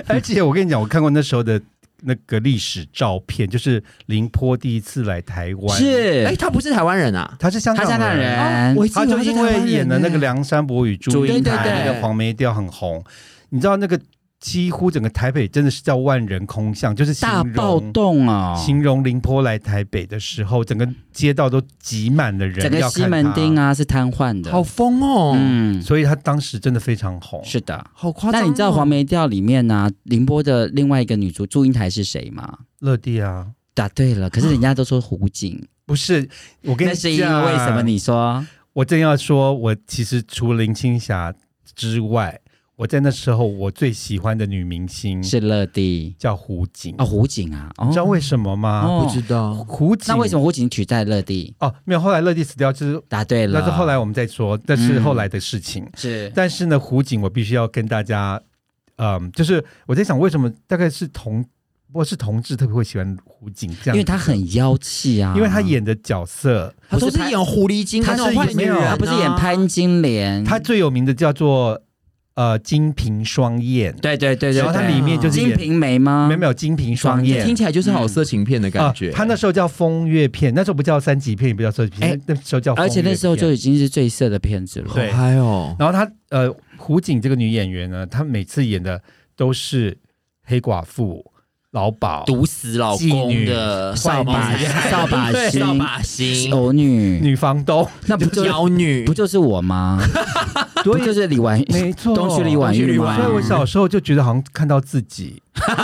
[SPEAKER 1] 而且我跟你讲，我看过那时候的那个历史照片，就是林波第一次来台湾，
[SPEAKER 2] 哎、
[SPEAKER 3] 是
[SPEAKER 2] 他不是台湾人啊，
[SPEAKER 1] 他是香
[SPEAKER 3] 他香港
[SPEAKER 1] 人，
[SPEAKER 3] 人，哦
[SPEAKER 2] 我一直
[SPEAKER 1] 他
[SPEAKER 2] 以
[SPEAKER 1] 就
[SPEAKER 2] 为
[SPEAKER 1] 因
[SPEAKER 2] 他是台湾
[SPEAKER 1] 为演
[SPEAKER 2] 人
[SPEAKER 1] 了那个《
[SPEAKER 2] 呢
[SPEAKER 1] 梁山伯与祝
[SPEAKER 3] 祝
[SPEAKER 1] 英
[SPEAKER 3] 英
[SPEAKER 1] 台》
[SPEAKER 2] 台
[SPEAKER 1] 那个黄梅调很红，你知道那个几乎整个台北真的是叫万人空巷，就是形
[SPEAKER 3] 大暴
[SPEAKER 1] 容
[SPEAKER 3] 动哦，
[SPEAKER 1] 形容林波来台北的时候，整个街道都挤满了人，
[SPEAKER 3] 整个
[SPEAKER 1] 要
[SPEAKER 3] 西
[SPEAKER 1] 看
[SPEAKER 3] 门
[SPEAKER 1] 他
[SPEAKER 3] 町啊是瘫痪的，
[SPEAKER 2] 好疯哦、
[SPEAKER 3] 嗯，
[SPEAKER 1] 所以他当时真的非常红。
[SPEAKER 3] 是的。
[SPEAKER 2] 好夸张、
[SPEAKER 3] 那
[SPEAKER 2] 哦。
[SPEAKER 3] 你知道黄梅调里面呢、凌波的另外一个女主祝英台是谁吗？
[SPEAKER 1] 乐蒂啊，
[SPEAKER 3] 答对了，可是人家都说胡锦，
[SPEAKER 1] 不是我跟你
[SPEAKER 3] 那
[SPEAKER 1] 讲，
[SPEAKER 3] 是因为什么？你说
[SPEAKER 1] 我正要说，我其实除了林青霞之外，我在那时候我最喜欢的女明星
[SPEAKER 3] 是乐蒂
[SPEAKER 1] 叫胡锦，
[SPEAKER 3] 哦，胡锦啊，哦
[SPEAKER 1] 你知，道为什么吗？
[SPEAKER 3] 哦
[SPEAKER 2] 不知道，
[SPEAKER 1] 胡锦
[SPEAKER 3] 那为什么胡锦取代乐蒂？
[SPEAKER 1] 哦，没有，后来乐蒂死掉，就是
[SPEAKER 3] 答对了，
[SPEAKER 1] 那是后来我们再说，那是后来的事情。
[SPEAKER 3] 是
[SPEAKER 1] 但是呢，胡锦我必须要跟大家，嗯，就是我在想，为什么大概是同，不过是同志特别会喜欢胡锦这样，
[SPEAKER 3] 因为他，很妖气啊，
[SPEAKER 1] 因为他演的角色，
[SPEAKER 2] 他都
[SPEAKER 3] 不是
[SPEAKER 2] 是
[SPEAKER 3] 他
[SPEAKER 2] 演狐狸精
[SPEAKER 1] 他
[SPEAKER 2] 跟那种
[SPEAKER 1] 是
[SPEAKER 2] 坏女
[SPEAKER 1] 没
[SPEAKER 2] 人
[SPEAKER 1] 有
[SPEAKER 2] 啊、
[SPEAKER 3] 他不是演潘金莲，
[SPEAKER 1] 他最有名的叫做呃《金瓶双燕》，
[SPEAKER 3] 对对对对，
[SPEAKER 1] 然后他
[SPEAKER 3] 对
[SPEAKER 1] 里面就是
[SPEAKER 3] 金
[SPEAKER 1] 演
[SPEAKER 3] 瓶梅吗？
[SPEAKER 1] 没有没有《金瓶双燕》
[SPEAKER 2] 听起来就是
[SPEAKER 3] 嗯
[SPEAKER 2] 好色情片的
[SPEAKER 1] 啊
[SPEAKER 2] 感觉。
[SPEAKER 1] 他那时候叫风月片，那时候不叫三级片，也不叫色情片，
[SPEAKER 3] 哎
[SPEAKER 1] 那那时候叫风
[SPEAKER 3] 而
[SPEAKER 1] 月片。
[SPEAKER 3] 且那时候就已经是最色的片子了。
[SPEAKER 1] 对
[SPEAKER 2] 好嗨哦，
[SPEAKER 1] 然后她呃，胡锦这个女演员呢，她每次演的都是黑寡妇、老鸨、
[SPEAKER 2] 毒死老公的
[SPEAKER 1] 妓
[SPEAKER 3] 扫
[SPEAKER 1] 女
[SPEAKER 3] 把 [LAUGHS] 扫把
[SPEAKER 2] 对
[SPEAKER 3] 星
[SPEAKER 2] 扫把星、
[SPEAKER 3] 丑女，
[SPEAKER 1] 女房东，
[SPEAKER 3] 那不就
[SPEAKER 2] 妖女
[SPEAKER 3] 不，就是
[SPEAKER 1] [LAUGHS]
[SPEAKER 3] 我吗？不就是李婉
[SPEAKER 1] 没错，
[SPEAKER 3] 东区李婉
[SPEAKER 2] 东区
[SPEAKER 3] 玉
[SPEAKER 2] 李
[SPEAKER 3] 吗
[SPEAKER 2] 婉
[SPEAKER 1] 所以？我小时候就觉得好像看到自己。
[SPEAKER 2] [LAUGHS]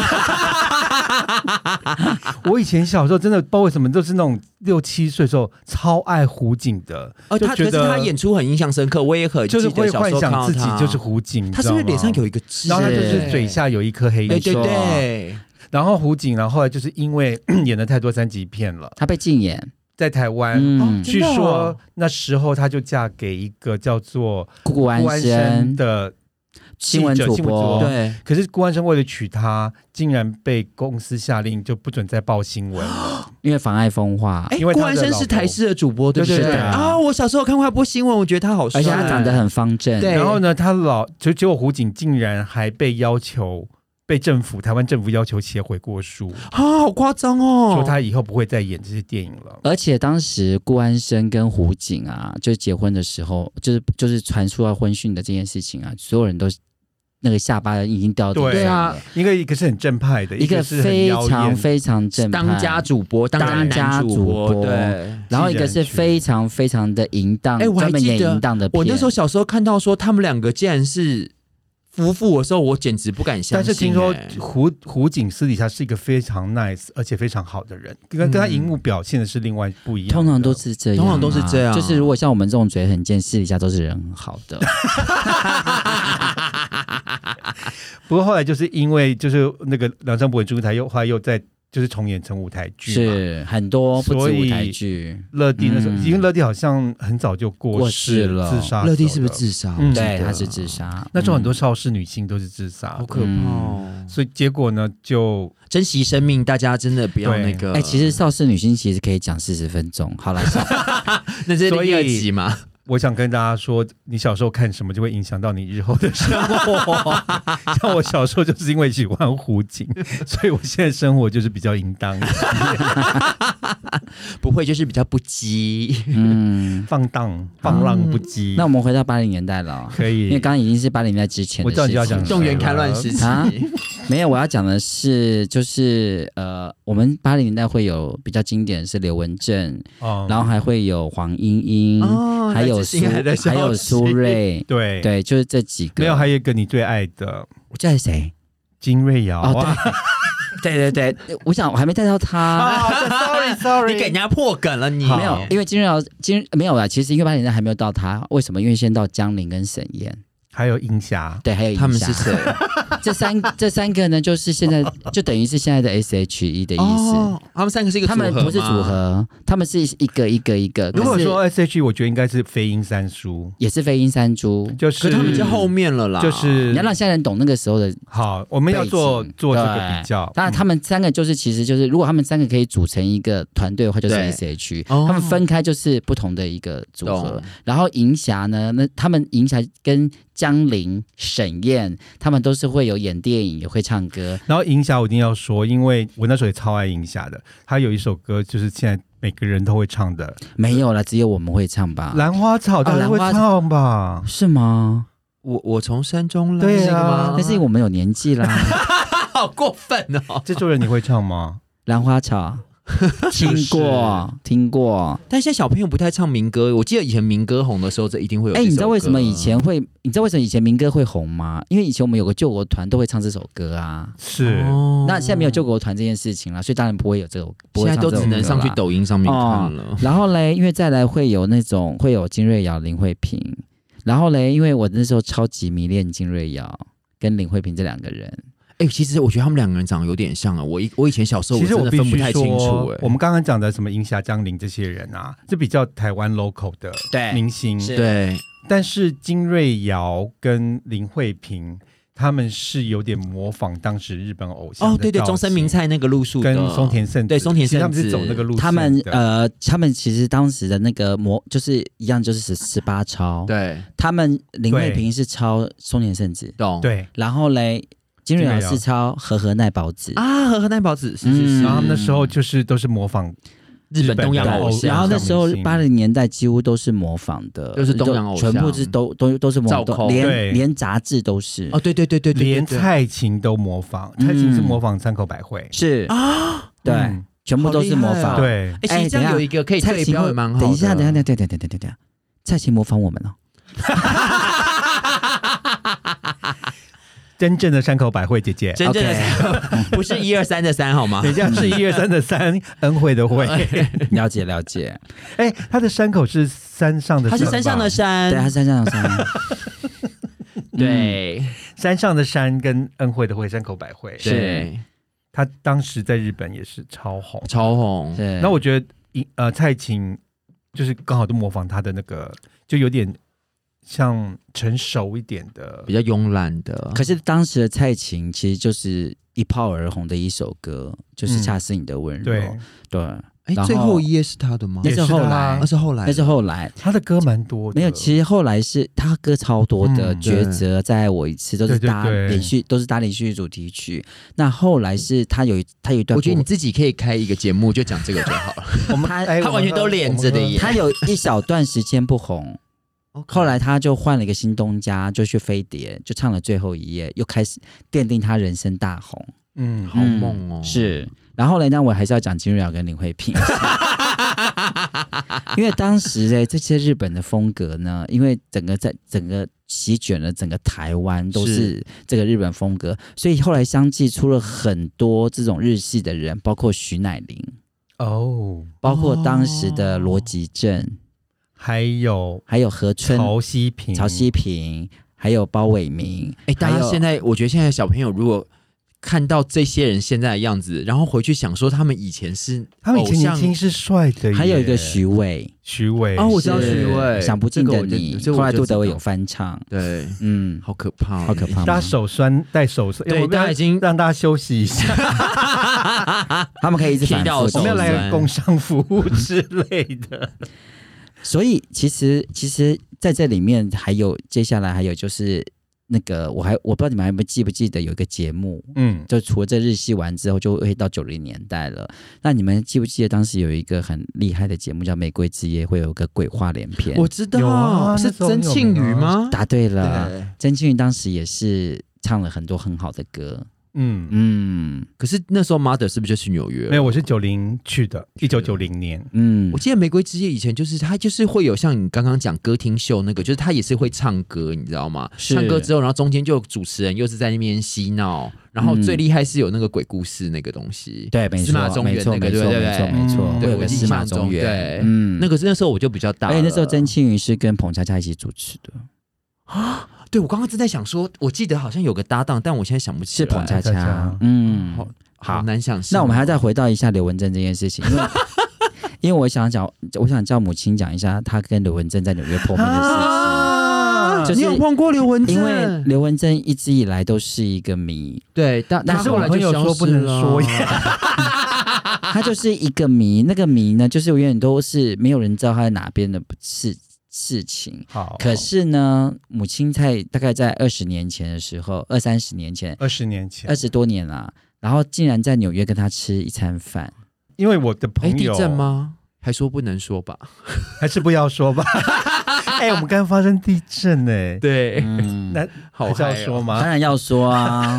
[SPEAKER 1] 我以前小时候真的不知道为什么，就是那种六七岁的时候超爱胡锦的，
[SPEAKER 2] 哦，
[SPEAKER 1] 就
[SPEAKER 2] 他可
[SPEAKER 1] 觉
[SPEAKER 2] 是
[SPEAKER 1] 得
[SPEAKER 2] 他演出很印象深刻，我也很
[SPEAKER 1] 就是
[SPEAKER 2] 记得
[SPEAKER 1] 会
[SPEAKER 2] 小
[SPEAKER 1] 幻
[SPEAKER 2] 时候看
[SPEAKER 1] 想
[SPEAKER 2] 到
[SPEAKER 1] 自己
[SPEAKER 2] 他
[SPEAKER 1] 就是胡锦，
[SPEAKER 2] 他是不是
[SPEAKER 1] 你知道
[SPEAKER 2] 脸
[SPEAKER 1] 吗
[SPEAKER 2] 上有一个痣？
[SPEAKER 1] 然后他就是嘴下有一颗黑
[SPEAKER 2] 对哎
[SPEAKER 1] 痣
[SPEAKER 2] 对
[SPEAKER 3] 说
[SPEAKER 2] 对，
[SPEAKER 1] 然后胡锦，然后后来就是因为演了太多三级片了，
[SPEAKER 3] 她被禁演，
[SPEAKER 1] 在台湾，
[SPEAKER 3] 嗯，
[SPEAKER 2] 真
[SPEAKER 1] 据
[SPEAKER 2] 的哦
[SPEAKER 1] 说那时候她就嫁给一个叫做
[SPEAKER 3] 顾安
[SPEAKER 1] 顾安生
[SPEAKER 3] 生
[SPEAKER 1] 的，
[SPEAKER 3] 新闻
[SPEAKER 1] 记者
[SPEAKER 3] 主
[SPEAKER 1] 新闻主播
[SPEAKER 3] 播，
[SPEAKER 2] 对，
[SPEAKER 1] 可是顾安生为了娶她，竟然被公司下令就不准再报新闻
[SPEAKER 3] 哦
[SPEAKER 1] 了。
[SPEAKER 3] 因为妨碍风化，
[SPEAKER 2] 哎，
[SPEAKER 1] 因为他
[SPEAKER 2] 顾
[SPEAKER 1] 的
[SPEAKER 2] 安生
[SPEAKER 1] 老
[SPEAKER 2] 是
[SPEAKER 1] 婆
[SPEAKER 2] 台视的主播，对不
[SPEAKER 1] 对
[SPEAKER 2] 对？
[SPEAKER 1] 对对
[SPEAKER 2] 啊，我小时候看过他播新闻，我觉得他好帅，
[SPEAKER 3] 而且她长得很方正，
[SPEAKER 2] 对
[SPEAKER 1] 然后呢，她老就结果胡锦竟然还被要求。被政府台湾政府要求写悔过书，
[SPEAKER 2] 啊，好夸张
[SPEAKER 1] 说
[SPEAKER 2] 哦。
[SPEAKER 1] 她以后不会再演这些电影了。
[SPEAKER 3] 而且当时顾安生跟胡锦啊，就是结婚的时候，就是就是传出要婚讯的这件事情啊，所有人都那个下巴已经掉到地
[SPEAKER 1] 对
[SPEAKER 3] 上
[SPEAKER 2] 啊
[SPEAKER 3] 了，
[SPEAKER 1] 一个一个是很正派的，
[SPEAKER 3] 一个
[SPEAKER 1] 是很
[SPEAKER 3] 非
[SPEAKER 1] 妖
[SPEAKER 3] 常
[SPEAKER 1] 艳的。
[SPEAKER 3] 非常正派
[SPEAKER 2] 当家主播，当
[SPEAKER 3] 当家
[SPEAKER 2] 男
[SPEAKER 3] 主
[SPEAKER 2] 播，
[SPEAKER 3] 播
[SPEAKER 2] 对。
[SPEAKER 3] 然后一个是非常非常的淫荡，
[SPEAKER 2] 哎我还
[SPEAKER 3] 专门演
[SPEAKER 2] 记得
[SPEAKER 3] 淫荡的片。
[SPEAKER 2] 我那时候小时候看到说他们两个竟然是夫妇的时候，我简直不敢相
[SPEAKER 1] 但
[SPEAKER 2] 信、
[SPEAKER 1] 是听说
[SPEAKER 2] 哎
[SPEAKER 1] 胡胡锦私底下是一个非常 nice 而且非常好的人，跟跟他
[SPEAKER 2] 嗯
[SPEAKER 1] 荧幕表现的是另外不一样的。
[SPEAKER 3] 通常都是这样啊、
[SPEAKER 2] 通常都是这样
[SPEAKER 3] 就是如果像我们这种嘴很贱，私底下都是人很好的。
[SPEAKER 1] 不过后来就是因为就是那个梁山伯与祝英台又后来又在就是重演成舞台剧嘛。
[SPEAKER 3] [LAUGHS] 是很多不
[SPEAKER 1] 所
[SPEAKER 3] 止
[SPEAKER 1] 以
[SPEAKER 3] 舞台剧，
[SPEAKER 1] 乐蒂那时候，
[SPEAKER 3] 嗯
[SPEAKER 1] 因为乐蒂好像很早就过
[SPEAKER 3] 过世了
[SPEAKER 1] 自杀。
[SPEAKER 2] 乐蒂是不是？自杀？
[SPEAKER 1] 嗯
[SPEAKER 2] 我记得
[SPEAKER 3] 对，他是自杀。
[SPEAKER 1] 那时候很多
[SPEAKER 3] 嗯
[SPEAKER 1] 邵氏女星都是自杀
[SPEAKER 2] 好
[SPEAKER 1] 的，
[SPEAKER 2] 可怕哦！
[SPEAKER 1] 所以结果呢就
[SPEAKER 2] 珍惜生命，大家真的不要
[SPEAKER 1] 对
[SPEAKER 2] 那
[SPEAKER 3] 哎
[SPEAKER 2] 个。
[SPEAKER 1] [LAUGHS]
[SPEAKER 3] 哎、其实邵氏女星其实可以讲四十分钟。好了，
[SPEAKER 2] 那这是
[SPEAKER 1] 所以
[SPEAKER 2] 第二集嘛，
[SPEAKER 1] 我想跟大家说，你小时候看什么就会影响到你日后的生
[SPEAKER 3] [LAUGHS]
[SPEAKER 1] 活。像我小时候就是因为喜欢胡锦，所以我现在生活就是比较淫荡、
[SPEAKER 2] 不会就是比较不羁。
[SPEAKER 3] 嗯，
[SPEAKER 1] 放荡、放浪不羁。
[SPEAKER 3] 那我们回到八零年代了
[SPEAKER 1] [LAUGHS]
[SPEAKER 3] 哦，
[SPEAKER 1] 可
[SPEAKER 3] 因为
[SPEAKER 1] 以，
[SPEAKER 3] 刚刚已经是八零年代之前的
[SPEAKER 1] 我
[SPEAKER 3] 事
[SPEAKER 1] 知道
[SPEAKER 3] 情了。
[SPEAKER 1] 你要讲什么
[SPEAKER 2] 动员开乱时期，[LAUGHS]
[SPEAKER 3] 嗯啊没有，我要讲的是，就是呃，我们八零年代会有比较经典的是刘文正，
[SPEAKER 1] 嗯
[SPEAKER 3] 然后还会有黄莺莺，
[SPEAKER 2] 哦
[SPEAKER 3] 还有
[SPEAKER 2] 来自
[SPEAKER 3] 苏
[SPEAKER 2] 星海的消息
[SPEAKER 3] 还有苏
[SPEAKER 1] [LAUGHS]
[SPEAKER 3] 芮，
[SPEAKER 1] 对，
[SPEAKER 3] 对，就是这几个。
[SPEAKER 1] 没有，还有一个你最爱的
[SPEAKER 3] 我叫谁？
[SPEAKER 1] 金瑞瑶
[SPEAKER 3] 哦
[SPEAKER 1] 啊
[SPEAKER 3] 对对对，我想我还没带到他。
[SPEAKER 1] [LAUGHS]
[SPEAKER 3] [LAUGHS]
[SPEAKER 1] ，sorry sorry，
[SPEAKER 2] 你给人家破梗了，你
[SPEAKER 3] 没有，因为金瑞瑶金没有啦。其实因为八零年代还没有到他，为什么？因为先到江玲跟沈燕，
[SPEAKER 1] 还有英霞，
[SPEAKER 3] 对，还有
[SPEAKER 2] 他们
[SPEAKER 3] 尹
[SPEAKER 2] 是
[SPEAKER 3] 霞
[SPEAKER 2] 谁？
[SPEAKER 3] 这三这三个呢，就是现在就等于是现在的 S H E 的意思。
[SPEAKER 2] 哦，他们三个是一个
[SPEAKER 3] 他们
[SPEAKER 2] 组合
[SPEAKER 3] 不是
[SPEAKER 2] 吗
[SPEAKER 3] 组，合，他们是一个一个一个。
[SPEAKER 1] 如果
[SPEAKER 3] 可是
[SPEAKER 1] 说 S H，我觉得应该是飞鹰三叔，
[SPEAKER 3] 也是飞鹰山猪，
[SPEAKER 1] 就是
[SPEAKER 2] 可是他们在后面了啦。
[SPEAKER 1] 就是
[SPEAKER 3] 你要让现在人懂那个时候的
[SPEAKER 1] 好，我们要做
[SPEAKER 3] 背景
[SPEAKER 1] 做这个
[SPEAKER 3] 对
[SPEAKER 1] 比较。嗯
[SPEAKER 2] 嗯
[SPEAKER 3] 当然，他们三个就是其实就是，如果他们三个可以组成一个团队的话，就是
[SPEAKER 2] 对
[SPEAKER 3] S H E。
[SPEAKER 2] 哦
[SPEAKER 3] 他们分开就是不同的一个组合
[SPEAKER 2] 懂。
[SPEAKER 3] 然后银霞呢，那他们银霞跟江玲、沈燕，他们都是会有演电影，也会唱歌。
[SPEAKER 1] 然后银霞我一定要说，因为我那时候也超爱银霞的，她有一首歌就是现在每个人都会唱的
[SPEAKER 3] 没有了，只有我们会唱
[SPEAKER 1] 《
[SPEAKER 3] 吧？
[SPEAKER 1] 兰花草》，大家都会唱吧？
[SPEAKER 3] 是吗？
[SPEAKER 2] 我我从山中来，
[SPEAKER 1] 对啊
[SPEAKER 2] 是那个吗？
[SPEAKER 3] 但是我们有年纪啦，
[SPEAKER 2] [LAUGHS] 好过分哦！
[SPEAKER 1] 制作人你会唱吗？
[SPEAKER 3] 兰花草。
[SPEAKER 2] [LAUGHS]
[SPEAKER 3] 听过，听过。
[SPEAKER 2] 但现在小朋友不太唱民歌，我记得以前民歌红的时候，这一定会有。
[SPEAKER 3] 哎、你知道为什么以？前会？你知道为什么以前民歌会红吗？因为以前我们有个救国团都会唱这首歌啊。
[SPEAKER 1] 是，
[SPEAKER 2] 哦
[SPEAKER 3] 那现在没有救国团这件事情了，所以当然不会有这首，不
[SPEAKER 2] 现
[SPEAKER 3] 会
[SPEAKER 2] 在
[SPEAKER 3] 唱这
[SPEAKER 2] 都
[SPEAKER 3] 首
[SPEAKER 2] 只能
[SPEAKER 3] 歌
[SPEAKER 2] 上去
[SPEAKER 3] 啦。
[SPEAKER 2] 抖音上面看了。
[SPEAKER 3] 然后嘞，因为再来会有那种会有金瑞瑶、林慧萍，然后嘞，因为我那时候超级迷恋金瑞瑶跟林慧萍这两个人，
[SPEAKER 2] 哎、其实我觉得他们两个人长得有点像啊。我一我以前小时候
[SPEAKER 1] 其实
[SPEAKER 2] 真的
[SPEAKER 1] 必
[SPEAKER 2] 分不
[SPEAKER 1] 须
[SPEAKER 2] 太清楚、
[SPEAKER 1] 说
[SPEAKER 2] 欸，，
[SPEAKER 1] 我们刚刚讲的什么银霞、江玲这些人啊，这比较台湾 local 的
[SPEAKER 3] 对
[SPEAKER 1] 明星，
[SPEAKER 3] 是
[SPEAKER 2] 对
[SPEAKER 1] 但是金瑞瑶跟林慧萍他们是有点模仿当时日本偶像
[SPEAKER 2] 哦
[SPEAKER 1] 的
[SPEAKER 2] 对对，
[SPEAKER 1] 造
[SPEAKER 2] 中山明
[SPEAKER 1] 型
[SPEAKER 2] 菜那个路数的
[SPEAKER 1] 跟松田圣子
[SPEAKER 2] 对松田
[SPEAKER 1] 其实他们
[SPEAKER 2] 圣
[SPEAKER 1] 是
[SPEAKER 2] 子
[SPEAKER 1] 走那个路线的，
[SPEAKER 3] 他们呃，他们其实当时的那个模就是一样，就是十十八超，
[SPEAKER 2] 对
[SPEAKER 3] 他们林
[SPEAKER 1] 对
[SPEAKER 3] 慧萍是超松田圣子，
[SPEAKER 2] 懂
[SPEAKER 1] 对，
[SPEAKER 3] 然后嘞，金瑞瑶
[SPEAKER 1] 金瑞瑶
[SPEAKER 3] 是超和和奈保子
[SPEAKER 2] 啊，和和奈保子是是是、
[SPEAKER 3] 嗯
[SPEAKER 1] 然后他们那时候就是都是模仿
[SPEAKER 2] 日本东洋偶
[SPEAKER 1] 日本的
[SPEAKER 2] 像，
[SPEAKER 3] 然后那时候
[SPEAKER 1] 明星
[SPEAKER 3] 八零年代几乎都是模仿的，
[SPEAKER 2] 都是东洋偶像
[SPEAKER 3] 全部是都都都是模仿
[SPEAKER 2] 赵寇
[SPEAKER 3] 的，连
[SPEAKER 1] 对
[SPEAKER 3] 连杂志都是。
[SPEAKER 2] 哦，对对对对对对
[SPEAKER 1] 连
[SPEAKER 2] 对
[SPEAKER 1] 蔡琴都模仿，
[SPEAKER 3] 嗯
[SPEAKER 1] 蔡琴是模仿山口百惠，
[SPEAKER 3] 是啊，对，
[SPEAKER 1] 嗯
[SPEAKER 3] 全部都是模
[SPEAKER 2] 好
[SPEAKER 3] 仿。
[SPEAKER 2] 厉害哦
[SPEAKER 1] 对，
[SPEAKER 2] 哎、其
[SPEAKER 3] 哎
[SPEAKER 2] 实这样
[SPEAKER 3] 等一下
[SPEAKER 2] 有一个可以
[SPEAKER 3] 蔡
[SPEAKER 2] 对
[SPEAKER 3] 琴
[SPEAKER 2] 标
[SPEAKER 3] 会
[SPEAKER 2] 也蛮好的。
[SPEAKER 3] 等一下，等一下，等一下，等一下，等一下，等一下，蔡琴模仿我们哦。
[SPEAKER 1] 真正的山口百惠姐姐，
[SPEAKER 2] 真正的
[SPEAKER 3] OK
[SPEAKER 2] 三 [LAUGHS] 不是一二三的三好吗
[SPEAKER 1] 人？家是一二三的三，恩惠的
[SPEAKER 2] [LAUGHS]
[SPEAKER 1] 惠，
[SPEAKER 3] 了解，了解。
[SPEAKER 1] 哎，她的山口是山上的，
[SPEAKER 2] 它是山上的，山，
[SPEAKER 3] [LAUGHS] 对，他山上的嗯山。
[SPEAKER 2] [LAUGHS] 对
[SPEAKER 1] 山上的山跟恩惠的惠，山口百惠，
[SPEAKER 3] 是
[SPEAKER 2] 对，
[SPEAKER 1] 她当时在日本也是超红。
[SPEAKER 2] 超红。
[SPEAKER 3] 对，
[SPEAKER 1] 那我觉得，一呃，蔡琴就是刚好都模仿她的那个，就有点像成熟一点的
[SPEAKER 2] 比，较慵懒的，
[SPEAKER 3] 可是当时的蔡琴其实就是一炮而红的一首歌，就是
[SPEAKER 1] 嗯
[SPEAKER 3] 《恰似你的温柔》
[SPEAKER 1] 对，
[SPEAKER 3] 对，
[SPEAKER 2] 哎
[SPEAKER 3] 然，后
[SPEAKER 2] 最后一页是他的吗？
[SPEAKER 3] 那
[SPEAKER 1] 也
[SPEAKER 3] 是
[SPEAKER 1] 是
[SPEAKER 3] 后
[SPEAKER 1] 她
[SPEAKER 3] 来
[SPEAKER 2] 那，是后来，
[SPEAKER 3] 那是后来。
[SPEAKER 1] 她的歌蛮多的，
[SPEAKER 3] 没有，其实后来是他歌超多的，
[SPEAKER 1] 嗯
[SPEAKER 3] 抉
[SPEAKER 2] 对
[SPEAKER 3] 择再爱我一次都是
[SPEAKER 1] 对对
[SPEAKER 3] 搭
[SPEAKER 1] 对
[SPEAKER 3] 连续都是搭连续主题曲。那后来是他有一他有一段
[SPEAKER 2] 我
[SPEAKER 3] 不，
[SPEAKER 2] 觉得你自己可以开一个节目，就讲这个就好 [LAUGHS] 了。
[SPEAKER 1] 我们
[SPEAKER 3] 他
[SPEAKER 1] 哎
[SPEAKER 2] 他
[SPEAKER 1] 我们
[SPEAKER 2] 完全都
[SPEAKER 1] 喝
[SPEAKER 2] 连着的
[SPEAKER 1] 我们喝
[SPEAKER 2] [LAUGHS] 耶
[SPEAKER 3] 他有一小段时间不红，后来他就换了一个新东家，就去飞碟，就唱了最后一页，又开始奠定他人生大红。
[SPEAKER 1] 嗯，
[SPEAKER 2] 好梦哦
[SPEAKER 3] 嗯是。然后呢，那我还是要讲金瑞瑶跟林
[SPEAKER 2] [LAUGHS]
[SPEAKER 3] 慧萍，因为当时哎，这些日本的风格呢，因为整个在整个席卷了整个台湾，都是
[SPEAKER 2] 是
[SPEAKER 3] 这个日本风格，所以后来相继出了很多这种日系的人，包括徐乃麟，
[SPEAKER 1] 哦，
[SPEAKER 3] 包括当时的罗吉正，
[SPEAKER 1] 还有
[SPEAKER 3] 还有何春、
[SPEAKER 1] 曹希平，
[SPEAKER 3] 曹希平，还有包伟明，
[SPEAKER 2] 哎，大
[SPEAKER 3] 还
[SPEAKER 2] 家
[SPEAKER 3] 有
[SPEAKER 2] 现在，我觉得现在小朋友如果看到这些人现在的样子，然后回去想说他们以前是
[SPEAKER 1] 他们以前
[SPEAKER 2] 偶
[SPEAKER 1] 年
[SPEAKER 2] 像
[SPEAKER 1] 轻是帅的耶，
[SPEAKER 3] 还有一个徐伟，
[SPEAKER 1] 徐伟
[SPEAKER 2] 哦，我知道
[SPEAKER 3] 是
[SPEAKER 2] 徐伟，
[SPEAKER 3] 想不尽
[SPEAKER 2] 这个
[SPEAKER 3] 的
[SPEAKER 2] 我就
[SPEAKER 3] 你，
[SPEAKER 2] 这个我
[SPEAKER 3] 后来
[SPEAKER 2] 就
[SPEAKER 3] 杜德伟
[SPEAKER 2] 知
[SPEAKER 3] 有
[SPEAKER 2] 道
[SPEAKER 3] 翻唱，
[SPEAKER 2] 对，
[SPEAKER 3] 嗯，
[SPEAKER 2] 好可怕，
[SPEAKER 3] 好可。怕，
[SPEAKER 1] 大家手酸戴手酸，
[SPEAKER 2] 对
[SPEAKER 1] 哎我们
[SPEAKER 2] 大家
[SPEAKER 1] 要
[SPEAKER 2] 已经
[SPEAKER 1] 让大家休息一下，
[SPEAKER 3] 他们可以一直
[SPEAKER 2] 踢
[SPEAKER 3] 反
[SPEAKER 2] 到
[SPEAKER 3] 复
[SPEAKER 2] 手
[SPEAKER 1] 我们
[SPEAKER 3] 的
[SPEAKER 1] 要来
[SPEAKER 2] 酸
[SPEAKER 1] 个工商服务之类的。
[SPEAKER 3] 所以其实其实在这里面还有接下来还有就是那个我还我不知道你们还没记不记得有一个节目，
[SPEAKER 1] 嗯，
[SPEAKER 3] 就除了这日系完之后就会到九零年代了。那你们记不记得当时有一个很厉害的节目叫《玫瑰之夜》，会有个鬼话连篇？
[SPEAKER 2] 我知
[SPEAKER 1] 有啊
[SPEAKER 2] 道是
[SPEAKER 1] 那时候很
[SPEAKER 2] 曾
[SPEAKER 1] 有
[SPEAKER 2] 庆
[SPEAKER 1] 名
[SPEAKER 2] 瑜
[SPEAKER 1] 啊
[SPEAKER 2] 吗？
[SPEAKER 3] 答对了，
[SPEAKER 2] 对
[SPEAKER 3] 曾庆云当时也是唱了很多很好的歌，
[SPEAKER 1] 嗯，
[SPEAKER 3] 嗯
[SPEAKER 2] 可是那时候 Mother 是不是就去纽约了？
[SPEAKER 1] 没有，我是九零去的，一九九零年。
[SPEAKER 3] 嗯
[SPEAKER 2] 我，记得《玫瑰之夜》以前就是他就是会有像你刚刚讲歌厅秀那个，就是他也是会唱歌，你知道吗？
[SPEAKER 3] 是
[SPEAKER 2] 唱歌之后，然后中间就有主持人又是在那边嬉闹，然后
[SPEAKER 3] 嗯
[SPEAKER 2] 最厉害是有那个鬼故事那个东西，
[SPEAKER 3] 对，没
[SPEAKER 2] 司马
[SPEAKER 3] 错，
[SPEAKER 2] 中
[SPEAKER 3] 没
[SPEAKER 2] 原
[SPEAKER 3] 错，
[SPEAKER 2] 那
[SPEAKER 3] 没
[SPEAKER 2] 个，对
[SPEAKER 3] 错，
[SPEAKER 2] 不
[SPEAKER 3] 没
[SPEAKER 2] 对？
[SPEAKER 3] 错，没错，
[SPEAKER 1] 嗯
[SPEAKER 3] 会有
[SPEAKER 2] 我
[SPEAKER 3] 个
[SPEAKER 2] 印
[SPEAKER 3] 司马
[SPEAKER 2] 象中
[SPEAKER 3] 中原，
[SPEAKER 2] 对
[SPEAKER 3] 嗯，
[SPEAKER 2] 那个是那时候我就比较大
[SPEAKER 3] 而
[SPEAKER 2] 了，
[SPEAKER 3] 哎且那时候曾庆云是跟彭恰恰一起主持的，
[SPEAKER 2] 对我刚刚正在想说，我记得好像有个搭档，但我现在想不起
[SPEAKER 3] 是
[SPEAKER 2] 来，
[SPEAKER 3] 彭恰
[SPEAKER 1] 恰
[SPEAKER 3] 恰
[SPEAKER 1] 恰，
[SPEAKER 3] 嗯，
[SPEAKER 2] 好
[SPEAKER 3] 好
[SPEAKER 2] 好难想象。
[SPEAKER 3] 那我们还要再回到一下刘文正这件事
[SPEAKER 2] [LAUGHS]
[SPEAKER 3] 情，因为因为我想讲，我想叫母亲讲一下她跟刘文正在纽约碰面的事情。
[SPEAKER 2] 啊
[SPEAKER 3] 就是
[SPEAKER 2] 你有碰过刘文正？
[SPEAKER 3] 因为刘文正一直以来都是一个谜，
[SPEAKER 2] 对，但
[SPEAKER 3] 但
[SPEAKER 2] 他
[SPEAKER 3] 是
[SPEAKER 2] 后
[SPEAKER 3] 我
[SPEAKER 2] 来
[SPEAKER 1] 朋友
[SPEAKER 2] 就消
[SPEAKER 1] 说不
[SPEAKER 2] 失
[SPEAKER 1] 能
[SPEAKER 2] 了
[SPEAKER 1] 说
[SPEAKER 3] 他就是一个谜。那个谜呢，就是永远都是没有人知道他在哪边的事事情。
[SPEAKER 1] [LAUGHS]
[SPEAKER 2] 哦
[SPEAKER 1] 好，
[SPEAKER 3] 可是呢，母亲在大概在二十年前的时候，二三十年前，
[SPEAKER 1] 二十年前
[SPEAKER 3] 二，十多年啦，然后竟然在纽约跟他吃一餐饭，
[SPEAKER 1] 因为我的
[SPEAKER 2] 哎，
[SPEAKER 1] 朋
[SPEAKER 2] 地
[SPEAKER 1] 友
[SPEAKER 2] 震吗？还说不能说吧？
[SPEAKER 1] 还是不要说
[SPEAKER 2] [LAUGHS]
[SPEAKER 1] 吧。哎，我们刚刚发生地震 [LAUGHS] 哎，
[SPEAKER 2] 对，
[SPEAKER 3] 嗯，
[SPEAKER 1] 那
[SPEAKER 2] [LAUGHS] 好
[SPEAKER 1] 还是要
[SPEAKER 2] 嗨
[SPEAKER 1] 说
[SPEAKER 2] 哦，
[SPEAKER 3] [LAUGHS] 当
[SPEAKER 1] 吗？
[SPEAKER 3] 然要
[SPEAKER 1] [LAUGHS]
[SPEAKER 3] 说啊，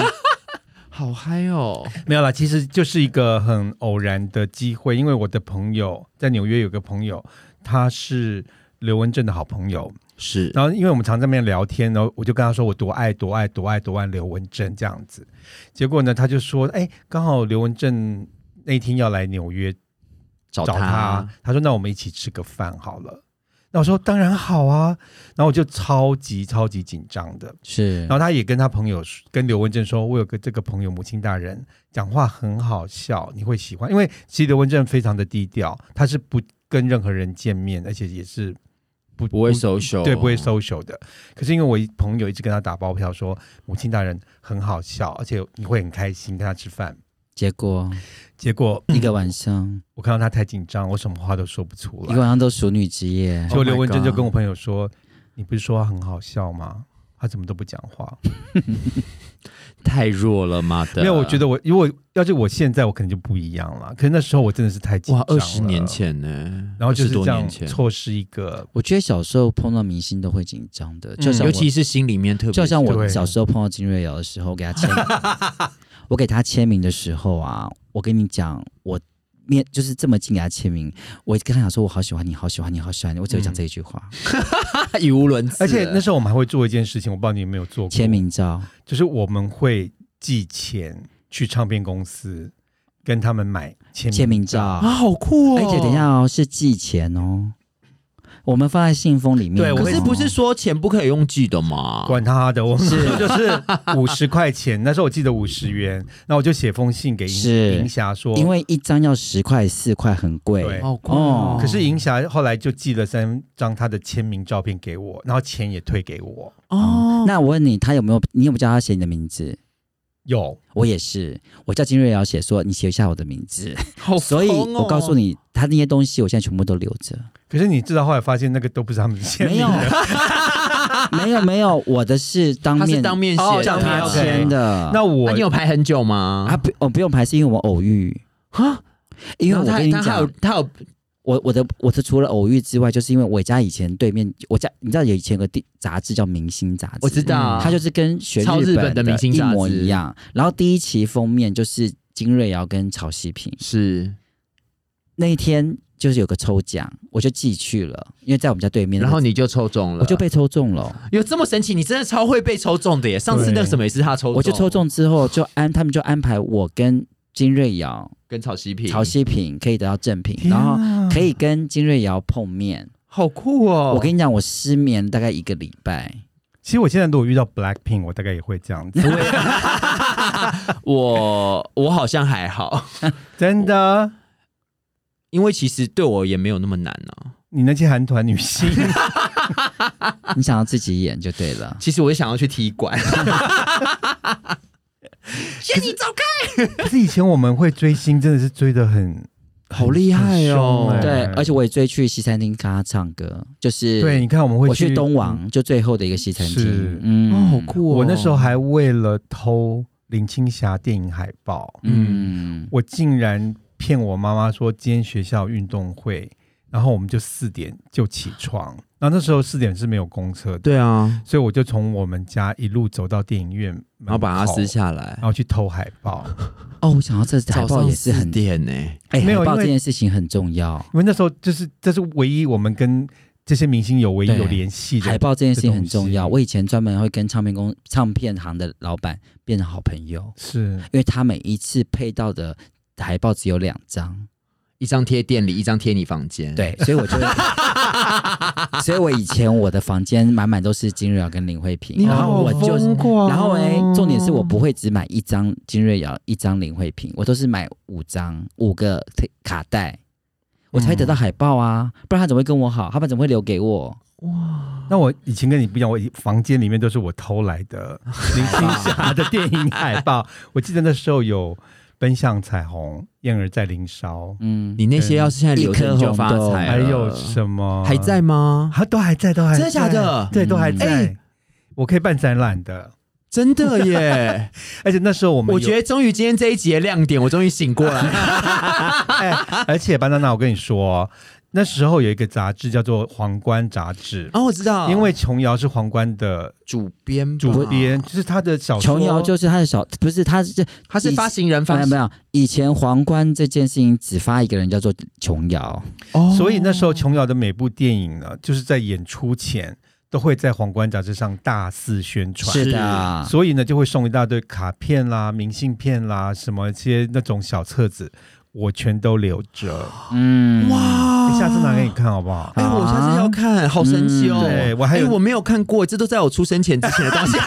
[SPEAKER 2] 好嗨哦！
[SPEAKER 1] 没有啦，其实就是一个很偶然的机会，因为我的朋友在纽约有个朋友，他是刘文正的好朋友，
[SPEAKER 2] 是
[SPEAKER 1] 然后因为我们常在那边聊天，然后我就跟他说我多爱多爱多爱多爱刘文正这样子，结果呢，他就说，哎，刚好刘文正那天要来纽约
[SPEAKER 2] 找
[SPEAKER 1] 找他，他说那我们一起吃个饭好了。那我说当然好啊，然后我就超级超级紧张的。
[SPEAKER 3] 是
[SPEAKER 1] 然后他也跟他朋友说跟刘文正说，我有个这个朋友母亲大人讲话很好笑，你会喜欢，因为其实刘文正非常的低调，他是不跟任何人见面，而且也是不
[SPEAKER 2] 不会 social，
[SPEAKER 1] 对，不会 social 的。可是因为我一朋友一直跟他打包票说，母亲大人很好笑，而且你会很开心跟他吃饭。
[SPEAKER 3] 结果
[SPEAKER 1] 结果
[SPEAKER 3] 一个晚上，
[SPEAKER 1] 我看到他太紧张，我什么话都说不出
[SPEAKER 3] 一个
[SPEAKER 1] 来。
[SPEAKER 3] 晚上都熟女之夜
[SPEAKER 1] 结，果
[SPEAKER 2] Oh my
[SPEAKER 1] 刘文珍就
[SPEAKER 2] God
[SPEAKER 1] 跟我朋友说：“你不是说他很好笑吗？他怎么都不讲话
[SPEAKER 2] 太弱了嘛？？”的
[SPEAKER 1] 没有，我觉得我如果要是我现在，我可能就不一样了。可是那时候我真的是太紧
[SPEAKER 2] 哇
[SPEAKER 1] 张，了
[SPEAKER 2] 二十年，前呢，
[SPEAKER 1] 然后就是
[SPEAKER 2] 20多
[SPEAKER 1] 这样
[SPEAKER 2] 年前，
[SPEAKER 1] 错失一个。
[SPEAKER 3] 我觉得小时候碰到明星都会紧张的，就
[SPEAKER 1] 嗯
[SPEAKER 3] 像
[SPEAKER 2] 尤
[SPEAKER 3] 我
[SPEAKER 2] 其是心里面特别，
[SPEAKER 3] 就像我
[SPEAKER 1] 对
[SPEAKER 3] 小时候碰到金瑞瑶的时候，我给他签，
[SPEAKER 1] [LAUGHS]
[SPEAKER 3] 我给他签名的时候啊，我跟你讲，我面就是这么近给他签名，我跟他讲说，我好喜欢你，好喜欢你，好喜欢你，我只
[SPEAKER 1] 嗯
[SPEAKER 3] 会讲这一句话，
[SPEAKER 2] 语无伦次，
[SPEAKER 1] 而且那时候我们还会做一件事情，我不知道你有没有做过
[SPEAKER 3] 签名照，
[SPEAKER 1] 就是我们会寄钱去唱片公司跟他们买签
[SPEAKER 3] 签名
[SPEAKER 1] 照。 [LAUGHS]
[SPEAKER 3] 照
[SPEAKER 2] 啊，，好酷哦！
[SPEAKER 3] 而且等一下，哦，是寄钱哦，我们放在信封里面
[SPEAKER 1] 对
[SPEAKER 3] 哦，
[SPEAKER 1] 我
[SPEAKER 2] 可
[SPEAKER 1] 会
[SPEAKER 2] 是不是说钱不可以用寄的吗？
[SPEAKER 1] 管他的，我们 [LAUGHS] 就是五十块钱，那时候我记得五十元，然后我就写封信给
[SPEAKER 3] 是
[SPEAKER 1] 银银霞
[SPEAKER 2] 哦
[SPEAKER 1] 说，
[SPEAKER 3] 因为一张要十块四块，很贵，
[SPEAKER 1] 对
[SPEAKER 2] 好酷哦
[SPEAKER 3] 哦！
[SPEAKER 1] 可是银霞后来就寄了三张她的签名照片给我，然后钱也退给我。
[SPEAKER 2] 哦，
[SPEAKER 3] 那我问你，他有没有？你有没有叫他写你的名字？
[SPEAKER 1] 有，
[SPEAKER 3] 我也是，我叫金瑞瑶写说你写一下我的名字，
[SPEAKER 2] [LAUGHS] 好哦
[SPEAKER 3] 所以我告诉
[SPEAKER 2] 你，
[SPEAKER 3] 你，他那些东西我现在全部都留着。
[SPEAKER 1] 可是你知道后来发现那个都不是他们的签
[SPEAKER 3] 没
[SPEAKER 1] 名
[SPEAKER 2] [LAUGHS]
[SPEAKER 3] 有
[SPEAKER 1] 的，，
[SPEAKER 3] 没有，没有，我的是当
[SPEAKER 2] 他是
[SPEAKER 3] 面
[SPEAKER 2] 当面
[SPEAKER 1] 哦
[SPEAKER 2] 写
[SPEAKER 1] 当
[SPEAKER 2] 的
[SPEAKER 1] 面
[SPEAKER 3] 他
[SPEAKER 1] OK
[SPEAKER 3] 签的。
[SPEAKER 1] [LAUGHS] 那
[SPEAKER 2] 啊
[SPEAKER 1] 我
[SPEAKER 2] 你有排很久吗？
[SPEAKER 3] 啊不，我不用排，是因为我偶遇，
[SPEAKER 2] 啊，
[SPEAKER 3] 因为
[SPEAKER 2] 然后
[SPEAKER 3] 我
[SPEAKER 2] 他
[SPEAKER 3] 跟你
[SPEAKER 2] 他还有
[SPEAKER 3] 讲，
[SPEAKER 2] 他有
[SPEAKER 3] 我我的我的除了偶遇之外，就是因为我家以前对面，我家你知道有以前有个地杂志叫《明星杂志》，嗯
[SPEAKER 2] 我知道
[SPEAKER 3] 它就是跟学
[SPEAKER 2] 超日本的
[SPEAKER 3] 的
[SPEAKER 2] 明星
[SPEAKER 3] 一
[SPEAKER 2] 杂
[SPEAKER 3] 模
[SPEAKER 2] 志
[SPEAKER 3] 一样。然后第一期封面就是金瑞瑶跟曹希平，
[SPEAKER 2] 是，
[SPEAKER 3] 那一天就是有个抽奖，我就寄去了，因为在我们家对面，
[SPEAKER 2] 然后你就抽中了，
[SPEAKER 3] 我就被抽中了，
[SPEAKER 2] 有这么神奇？你真的超会被抽中的耶！上次那个什么也是他抽中，
[SPEAKER 3] 我就抽中之后就安他们就安排我跟金瑞瑶、
[SPEAKER 2] 跟曹希平，
[SPEAKER 3] 曹希平可以得到正品，
[SPEAKER 1] 天
[SPEAKER 3] 然
[SPEAKER 1] 啊
[SPEAKER 3] 后可以跟金瑞瑶碰面。
[SPEAKER 2] 好酷哦！
[SPEAKER 3] 我跟你讲，我失眠大概一个礼拜，
[SPEAKER 1] 其实我现在如果遇到 Blackpink，我大概也会这
[SPEAKER 3] [LAUGHS]
[SPEAKER 1] 样子，
[SPEAKER 2] 我我好像还好， [LAUGHS]
[SPEAKER 1] 真的。
[SPEAKER 2] 因为其实对我也没有那么难啊。
[SPEAKER 1] 你那些韩团女星，
[SPEAKER 3] 你想要自己演就对了。
[SPEAKER 2] 其实我也想要去踢
[SPEAKER 3] [LAUGHS]
[SPEAKER 2] 馆，先你走开。
[SPEAKER 1] 可是以前我们会追星，真的是追的很
[SPEAKER 2] 好厉害哦
[SPEAKER 1] 很凶哎
[SPEAKER 3] 对，而且我也追去西餐厅看他唱歌，就是
[SPEAKER 1] 对，你看我们会
[SPEAKER 3] 我去东王，就最后的一个西餐
[SPEAKER 1] 是
[SPEAKER 3] 厅，嗯
[SPEAKER 2] 哦，好酷哦！
[SPEAKER 1] 我那时候还为了偷林青霞电影海报，
[SPEAKER 3] 嗯，
[SPEAKER 1] 我竟然骗我妈妈说今天学校运动会，然后我们就四点就起床，然后那时候四点是没有公车的，
[SPEAKER 2] 对啊，
[SPEAKER 1] 所以我就从我们家一路走到电影院门口，
[SPEAKER 2] 然后把它撕下来
[SPEAKER 1] 然。后去偷海报，
[SPEAKER 3] 哦，我想到这海报也是很，
[SPEAKER 2] 点呢、
[SPEAKER 3] 哎，
[SPEAKER 1] 没有
[SPEAKER 3] 海报
[SPEAKER 1] 因为
[SPEAKER 3] 这件事情很重要，
[SPEAKER 1] 因为那时候就是这是唯一我们跟这些明星有唯一
[SPEAKER 3] 对
[SPEAKER 1] 有联系的
[SPEAKER 3] 海报这件事情很重要。
[SPEAKER 1] 这东西
[SPEAKER 3] 我以前专门会跟唱片公唱片行的老板变成好朋友，
[SPEAKER 1] 是
[SPEAKER 3] 因为他每一次配到的海报只有两张，
[SPEAKER 2] 一张贴店里，一张贴你房间。，
[SPEAKER 3] 对，所以
[SPEAKER 2] [LAUGHS]
[SPEAKER 3] 我就，所以我以前我的房间满满都是金瑞瑶跟林慧萍，然后我就，
[SPEAKER 1] 疯
[SPEAKER 2] 啊
[SPEAKER 1] 狂啊
[SPEAKER 3] 然后哎，重点是我不会只买一张金瑞瑶，一张林慧萍，我都是买五张五个卡带。我才会得到海报啊，不然他怎么会跟我好？他们怎么会留给我？
[SPEAKER 1] 那我以前跟你不一样，我房间里面都是我偷来
[SPEAKER 2] [LAUGHS]
[SPEAKER 1] 的林青霞的电影海报。我记得那时候有《奔向彩虹》，《燕儿在林梢
[SPEAKER 3] 嗯，
[SPEAKER 2] 你那些要是现在留着，
[SPEAKER 3] 一颗
[SPEAKER 2] 你就发
[SPEAKER 3] 红豆》，哎
[SPEAKER 2] 财
[SPEAKER 1] 还
[SPEAKER 2] 了。
[SPEAKER 1] 有什
[SPEAKER 3] 哦
[SPEAKER 1] 么啊
[SPEAKER 2] 还在？吗？
[SPEAKER 1] 还都还在，都还在
[SPEAKER 2] 真的假的
[SPEAKER 1] 对，都还在。
[SPEAKER 2] 嗯
[SPEAKER 1] 我可以办展览的，
[SPEAKER 2] 真的
[SPEAKER 3] [LAUGHS]
[SPEAKER 2] 耶！
[SPEAKER 1] 而且那时候我们有，
[SPEAKER 2] 我觉得终于今天这一集的亮点，我终于醒过 [LAUGHS] 来。
[SPEAKER 1] 哎，而且班娜娜，我跟你说，那时候有一个杂志叫做《皇冠》杂志，
[SPEAKER 2] 哦，我知道，
[SPEAKER 1] 因为琼瑶是皇冠的
[SPEAKER 2] 主编吧
[SPEAKER 1] 主
[SPEAKER 2] 哦
[SPEAKER 1] 编，就是他的小说
[SPEAKER 3] 琼瑶就是他的小，不是他是
[SPEAKER 2] 他是发行人
[SPEAKER 3] 没
[SPEAKER 2] 发
[SPEAKER 3] 有没有，以前皇冠这件事情只发一个人叫做琼瑶，
[SPEAKER 2] 哦
[SPEAKER 1] 所以那时候琼瑶的每部电影呢，就是在演出前都会在皇冠杂志上大肆宣传。
[SPEAKER 3] 是啊的，
[SPEAKER 1] 所以呢，就会送一大堆卡片啦、明信片啦，什么一些那种小册子，我全都留着。
[SPEAKER 3] 嗯，
[SPEAKER 2] 哇
[SPEAKER 1] 你下次拿给你看好不好？
[SPEAKER 3] 啊
[SPEAKER 2] 哎、我下次要看，好神奇哦！
[SPEAKER 3] 嗯
[SPEAKER 1] 对我还有
[SPEAKER 2] 哎我没有看过，这都在我出生前之前的
[SPEAKER 1] [LAUGHS]
[SPEAKER 2] 东西。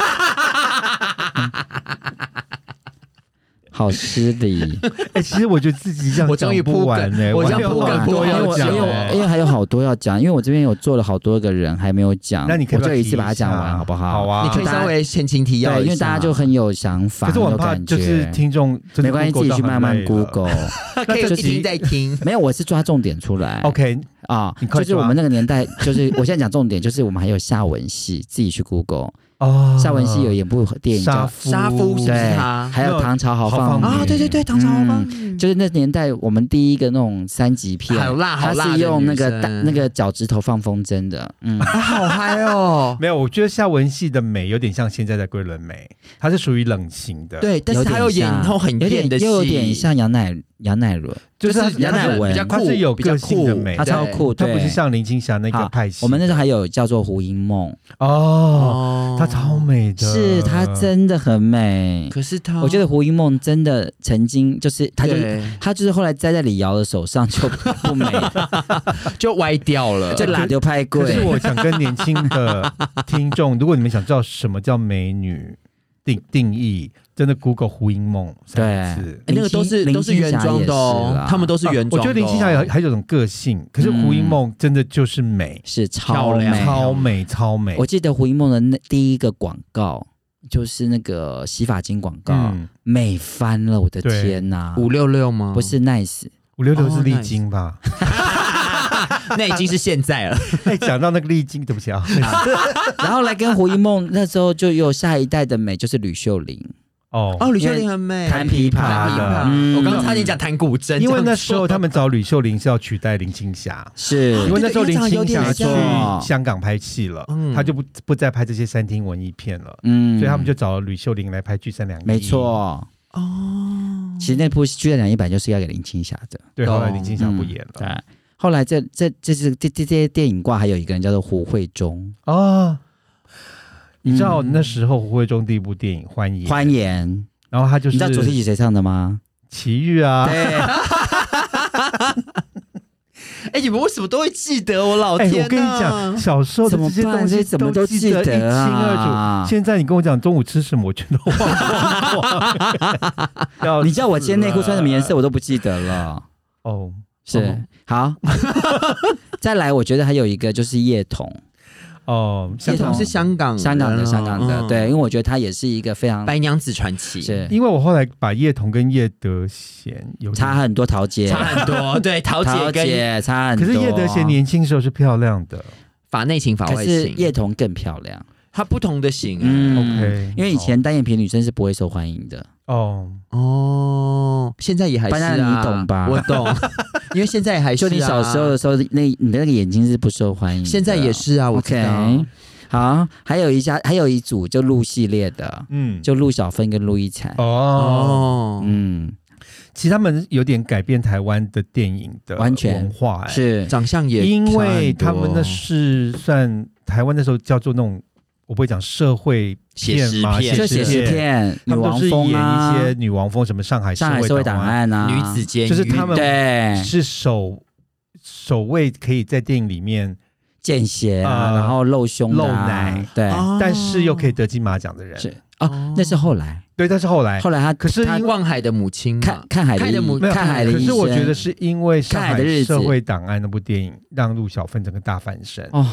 [SPEAKER 3] 好失礼，
[SPEAKER 1] 哎、其实我觉得自己这样
[SPEAKER 2] 我终于
[SPEAKER 1] 讲不完
[SPEAKER 2] 铺
[SPEAKER 1] 呢、
[SPEAKER 2] 梗我
[SPEAKER 1] 还
[SPEAKER 2] 这样
[SPEAKER 1] 有
[SPEAKER 2] 铺梗
[SPEAKER 1] 好
[SPEAKER 2] 铺
[SPEAKER 1] 多
[SPEAKER 2] 好
[SPEAKER 1] 要
[SPEAKER 2] 久
[SPEAKER 1] 讲哎
[SPEAKER 3] 因为
[SPEAKER 1] 呢、
[SPEAKER 3] 我因为还有好多要讲，因为我这边有做了好多个人还没有讲，
[SPEAKER 1] 那你可以
[SPEAKER 3] 我
[SPEAKER 1] 不要
[SPEAKER 3] 就一次
[SPEAKER 1] 提
[SPEAKER 3] 把它讲
[SPEAKER 1] 下
[SPEAKER 3] 完好不好？
[SPEAKER 1] 好啊
[SPEAKER 2] 你可以稍微前情提要一下，
[SPEAKER 3] 对，因为大家就很有想法，
[SPEAKER 1] 可是我很
[SPEAKER 3] 很有
[SPEAKER 1] 怕
[SPEAKER 3] 感觉
[SPEAKER 1] 就是听众就是
[SPEAKER 3] 没关系，自
[SPEAKER 1] Google
[SPEAKER 3] 己去
[SPEAKER 1] 到很
[SPEAKER 3] 慢慢
[SPEAKER 1] 累了 [LAUGHS]
[SPEAKER 3] Google。
[SPEAKER 2] [LAUGHS] 可以
[SPEAKER 1] 那这
[SPEAKER 2] 一
[SPEAKER 1] 集
[SPEAKER 2] 听再 [LAUGHS] 听。
[SPEAKER 3] 没有，我是抓重点出来。
[SPEAKER 1] OK，
[SPEAKER 3] 啊
[SPEAKER 1] 你，快
[SPEAKER 3] 就是我
[SPEAKER 1] 抓
[SPEAKER 3] 们那个年代，就是我现在讲重点，就是我们还有夏文戏， [LAUGHS] 自己去 Google。
[SPEAKER 1] 哦，
[SPEAKER 3] 夏文戏有演部电
[SPEAKER 1] 啊
[SPEAKER 3] 影
[SPEAKER 1] 杀
[SPEAKER 3] 叫
[SPEAKER 1] 夫
[SPEAKER 2] 杀夫是不是
[SPEAKER 3] 对
[SPEAKER 2] 他
[SPEAKER 3] 还有唐朝豪
[SPEAKER 1] 豪
[SPEAKER 3] 放
[SPEAKER 1] 放
[SPEAKER 3] 女
[SPEAKER 1] 女
[SPEAKER 2] 啊？对对对，唐朝吗？
[SPEAKER 3] 就是那年代我们第一个那种三级片，
[SPEAKER 2] 嗯好辣啊好辣
[SPEAKER 3] 它
[SPEAKER 2] 的
[SPEAKER 3] 是用那个
[SPEAKER 2] 女生
[SPEAKER 3] 大那个脚趾头放风筝的，嗯，
[SPEAKER 2] 啊，好嗨哦！
[SPEAKER 1] 没有，我觉得夏文戏的美有点像现在的桂纶镁，它是属于冷情的，，
[SPEAKER 2] [LAUGHS] 对，但是
[SPEAKER 3] 有点
[SPEAKER 2] 他又演
[SPEAKER 3] 像
[SPEAKER 2] 那种很
[SPEAKER 3] 有
[SPEAKER 2] 艳
[SPEAKER 3] 点
[SPEAKER 2] 的戏，
[SPEAKER 3] 又有点像杨乃杨乃伦，
[SPEAKER 1] 就是它
[SPEAKER 2] 就是
[SPEAKER 3] 杨乃文
[SPEAKER 1] 它是它是有个性的美，
[SPEAKER 3] 她超
[SPEAKER 2] 对
[SPEAKER 3] 酷，
[SPEAKER 1] 它
[SPEAKER 3] 对
[SPEAKER 1] 哎不是像林青霞那个
[SPEAKER 3] 好
[SPEAKER 1] 派系。
[SPEAKER 3] 我们那时候还有叫做胡因梦，
[SPEAKER 1] 哦，
[SPEAKER 2] 哦
[SPEAKER 1] 她超美的，
[SPEAKER 3] 是她，真的很美，
[SPEAKER 2] 可是他，
[SPEAKER 3] 我觉得胡因梦真的曾经就是她就
[SPEAKER 2] 对
[SPEAKER 3] 她就是后来栽在李瑶的手上就 [LAUGHS] 不美，
[SPEAKER 2] 就歪掉了，
[SPEAKER 3] 就懒丢拍
[SPEAKER 1] 可是
[SPEAKER 3] 贵。
[SPEAKER 1] 我想跟年轻
[SPEAKER 3] [LAUGHS]
[SPEAKER 1] 的听众，如果你们想知道什么叫美女定定义，真的 Google 胡因梦三个
[SPEAKER 3] 对
[SPEAKER 1] 字。
[SPEAKER 2] 哎那个都是
[SPEAKER 3] 林青
[SPEAKER 2] 都是原装的
[SPEAKER 3] 林青霞也是
[SPEAKER 2] 哦
[SPEAKER 3] 啦，
[SPEAKER 2] 他们都是原
[SPEAKER 1] 啊我
[SPEAKER 2] 装的
[SPEAKER 1] 觉得
[SPEAKER 2] 哦。
[SPEAKER 1] 林青霞有还有种个性，可是胡因梦真的就是美，
[SPEAKER 3] 是
[SPEAKER 2] 漂
[SPEAKER 3] 超
[SPEAKER 2] 亮
[SPEAKER 3] 嗯美，哦
[SPEAKER 1] 超美超美
[SPEAKER 3] 我。记得胡因梦的那第一个广告就是那个洗发精广告，
[SPEAKER 1] 嗯，
[SPEAKER 3] 美翻了，我的
[SPEAKER 1] 对
[SPEAKER 3] 天呐、
[SPEAKER 2] 五六六吗？
[SPEAKER 3] 不， [LAUGHS] 是 nice，
[SPEAKER 1] 五六六
[SPEAKER 2] 哦
[SPEAKER 1] 是丽
[SPEAKER 2] nice
[SPEAKER 1] 晶吧？
[SPEAKER 2] 那已经是现在了。
[SPEAKER 1] 哎，讲到那个丽晶，对不起
[SPEAKER 3] [LAUGHS]
[SPEAKER 1] 啊，
[SPEAKER 3] 然后来跟胡一梦那时候就有下一代的美就是吕秀玲，
[SPEAKER 1] 哦
[SPEAKER 2] 哦，吕秀玲很美，
[SPEAKER 3] 弹琵琶
[SPEAKER 2] 弹琵
[SPEAKER 1] 的
[SPEAKER 2] 琶。
[SPEAKER 3] 嗯
[SPEAKER 2] 我刚刚差点讲弹古筝，
[SPEAKER 1] 因为那
[SPEAKER 2] 这样
[SPEAKER 1] 时候他们找吕秀玲是要取代林青霞，
[SPEAKER 3] 是
[SPEAKER 1] 因为那时候林青霞去
[SPEAKER 3] 哦对对对
[SPEAKER 1] 香港拍戏了
[SPEAKER 2] 嗯，
[SPEAKER 1] 她就不不再拍这些餐厅文艺片了，
[SPEAKER 3] 嗯
[SPEAKER 1] 所以他们就找了吕秀玲来拍《聚散两难》。
[SPEAKER 3] 没，错。
[SPEAKER 2] 哦，
[SPEAKER 3] 其实那部《居然两一版》就是要给林青霞的，嗯
[SPEAKER 1] 对，
[SPEAKER 2] 懂
[SPEAKER 1] 后来林青霞不演了。
[SPEAKER 3] 对。后来这这这是这这这些电影挂还有一个人叫做胡慧中，嗯
[SPEAKER 1] 哦，你知道那时候胡慧中第一部电影《欢颜》，
[SPEAKER 3] 欢，颜，
[SPEAKER 1] 然后她就
[SPEAKER 3] 你知道主
[SPEAKER 1] 是
[SPEAKER 3] 题曲谁唱的吗？
[SPEAKER 1] 齐豫啊，
[SPEAKER 3] 对，
[SPEAKER 2] [LAUGHS] 哎，你们为什么都会记得我？老
[SPEAKER 1] 哎，
[SPEAKER 2] 哦天呐，
[SPEAKER 1] 我跟你讲，小时候的
[SPEAKER 3] 怎么
[SPEAKER 1] 这些
[SPEAKER 3] 办
[SPEAKER 1] 东
[SPEAKER 3] 这
[SPEAKER 1] 西
[SPEAKER 3] 怎么都
[SPEAKER 1] 记
[SPEAKER 3] 记
[SPEAKER 1] 得一
[SPEAKER 3] 得
[SPEAKER 1] 清二
[SPEAKER 3] 啊
[SPEAKER 1] 楚。现在你跟我讲中午吃什么，我全都忘
[SPEAKER 3] [LAUGHS]
[SPEAKER 1] 光光
[SPEAKER 3] 你知道我今天内裤穿什么颜色，我都不记得了。
[SPEAKER 1] 哦
[SPEAKER 2] 哦 [LAUGHS]
[SPEAKER 3] 是、好，再来，我觉得还有一个就是叶童，
[SPEAKER 1] 哦，
[SPEAKER 3] 像
[SPEAKER 1] 像
[SPEAKER 2] 也
[SPEAKER 3] 同
[SPEAKER 2] 是香港
[SPEAKER 3] 香港的
[SPEAKER 2] 人哦
[SPEAKER 3] 香港的，
[SPEAKER 2] 嗯
[SPEAKER 3] 对，因为我觉得他也是一个非常
[SPEAKER 2] 白娘子传奇
[SPEAKER 3] 是
[SPEAKER 1] 因为我后来把叶童跟叶德娴有点
[SPEAKER 3] 差很多桃姐，
[SPEAKER 2] 差很
[SPEAKER 3] [LAUGHS]
[SPEAKER 2] 多，对，桃姐
[SPEAKER 3] 桃
[SPEAKER 2] 跟
[SPEAKER 3] 姐差很
[SPEAKER 1] 可
[SPEAKER 3] 多。
[SPEAKER 1] 是叶德娴年轻时候是漂亮的。
[SPEAKER 2] 法内情、法
[SPEAKER 3] 可
[SPEAKER 2] 外
[SPEAKER 3] 是叶
[SPEAKER 2] 情，
[SPEAKER 3] 嗯童更漂亮，
[SPEAKER 2] 它不同的型啊，
[SPEAKER 1] 嗯 OK，
[SPEAKER 3] 因为以前单眼皮女生是不会受欢迎的，
[SPEAKER 1] 哦，
[SPEAKER 2] 哦，现在也还是啊，
[SPEAKER 3] 班纳你懂吧
[SPEAKER 2] 我懂， [LAUGHS] 因为现在也还是、
[SPEAKER 3] 就
[SPEAKER 2] 啊，
[SPEAKER 3] 你小时候的时候，那你的那个眼睛是不受欢迎的，
[SPEAKER 2] 现在也是啊，我知道。
[SPEAKER 3] OK。好，还有一家，还有一组就陆系列的，
[SPEAKER 1] 嗯，
[SPEAKER 3] 就陆小芬跟陆一彩，
[SPEAKER 1] 哦，
[SPEAKER 2] 哦，
[SPEAKER 3] 嗯，
[SPEAKER 1] 其实他们有点改变台湾的电影的
[SPEAKER 3] 完全
[SPEAKER 1] 文化、哎
[SPEAKER 3] 是
[SPEAKER 2] 长相也
[SPEAKER 1] 因
[SPEAKER 2] 差
[SPEAKER 1] 为
[SPEAKER 2] 很多
[SPEAKER 1] 他们那是算台湾那时候叫做那种，我不会讲社会
[SPEAKER 2] 写
[SPEAKER 1] 片
[SPEAKER 2] 实
[SPEAKER 1] 嘛，
[SPEAKER 2] 片
[SPEAKER 3] 就写实片，
[SPEAKER 1] 他
[SPEAKER 3] 女
[SPEAKER 1] 们
[SPEAKER 3] 王
[SPEAKER 1] 都是演
[SPEAKER 3] 风啊，
[SPEAKER 1] 一些女王风，什么上海
[SPEAKER 3] 上海社会档
[SPEAKER 1] 案，
[SPEAKER 3] 案啊，
[SPEAKER 2] 女子监狱
[SPEAKER 1] 就是他们
[SPEAKER 3] 对
[SPEAKER 1] 是首首位可以在电影里面，
[SPEAKER 3] 见血啊，
[SPEAKER 1] 呃
[SPEAKER 3] 然后露胸的啊
[SPEAKER 1] 露奶
[SPEAKER 3] 对
[SPEAKER 2] 哦
[SPEAKER 1] 但是又可以得金马奖的人。
[SPEAKER 3] 是哦，那是后来，
[SPEAKER 1] 对，但是后来
[SPEAKER 3] 后来他
[SPEAKER 1] 可是
[SPEAKER 3] 他
[SPEAKER 1] 因为
[SPEAKER 2] 望海的母亲嘛
[SPEAKER 3] 看看海的
[SPEAKER 2] 看的
[SPEAKER 3] 医
[SPEAKER 2] 母
[SPEAKER 1] 没有
[SPEAKER 3] 看海的
[SPEAKER 1] 可
[SPEAKER 3] 医
[SPEAKER 1] 是
[SPEAKER 3] 生，
[SPEAKER 1] 我觉得是因为上
[SPEAKER 3] 看海的日
[SPEAKER 1] 海
[SPEAKER 3] 子
[SPEAKER 1] 社会档案那部电影让陆小芬整个大翻身，
[SPEAKER 3] 哦，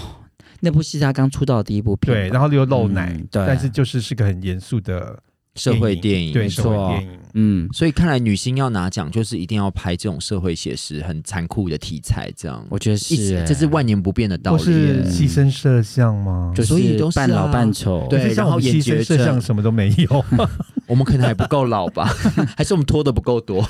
[SPEAKER 3] 那部戏他刚出道的第一部片吧，
[SPEAKER 1] 对，然后又露奶，
[SPEAKER 3] 嗯对
[SPEAKER 1] 但是就是是个很严肃的
[SPEAKER 2] 社会电影
[SPEAKER 1] 对
[SPEAKER 3] 没
[SPEAKER 1] 社会
[SPEAKER 3] 错
[SPEAKER 1] 电影。
[SPEAKER 3] 嗯，
[SPEAKER 2] 所以看来女星要拿奖，就是一定要拍这种社会写实、很残酷的题材，这样
[SPEAKER 3] 我觉得
[SPEAKER 2] 一
[SPEAKER 3] 是
[SPEAKER 2] 直
[SPEAKER 3] 欸，
[SPEAKER 2] 这是万年不变的道
[SPEAKER 1] 或
[SPEAKER 2] 理
[SPEAKER 1] 是
[SPEAKER 2] 耶。
[SPEAKER 1] 牺牲摄像吗？
[SPEAKER 3] 就
[SPEAKER 2] 所以都是
[SPEAKER 3] 半老
[SPEAKER 2] 啊
[SPEAKER 3] 半丑，
[SPEAKER 2] 对
[SPEAKER 1] 可是像
[SPEAKER 2] 然
[SPEAKER 1] 我
[SPEAKER 2] 后
[SPEAKER 1] 们
[SPEAKER 2] 眼
[SPEAKER 1] 牺
[SPEAKER 2] 绝
[SPEAKER 1] 牲摄像
[SPEAKER 2] 症
[SPEAKER 1] 什么都没有， [LAUGHS]
[SPEAKER 2] 我们可能还不够老吧，还是我们拖的不够多？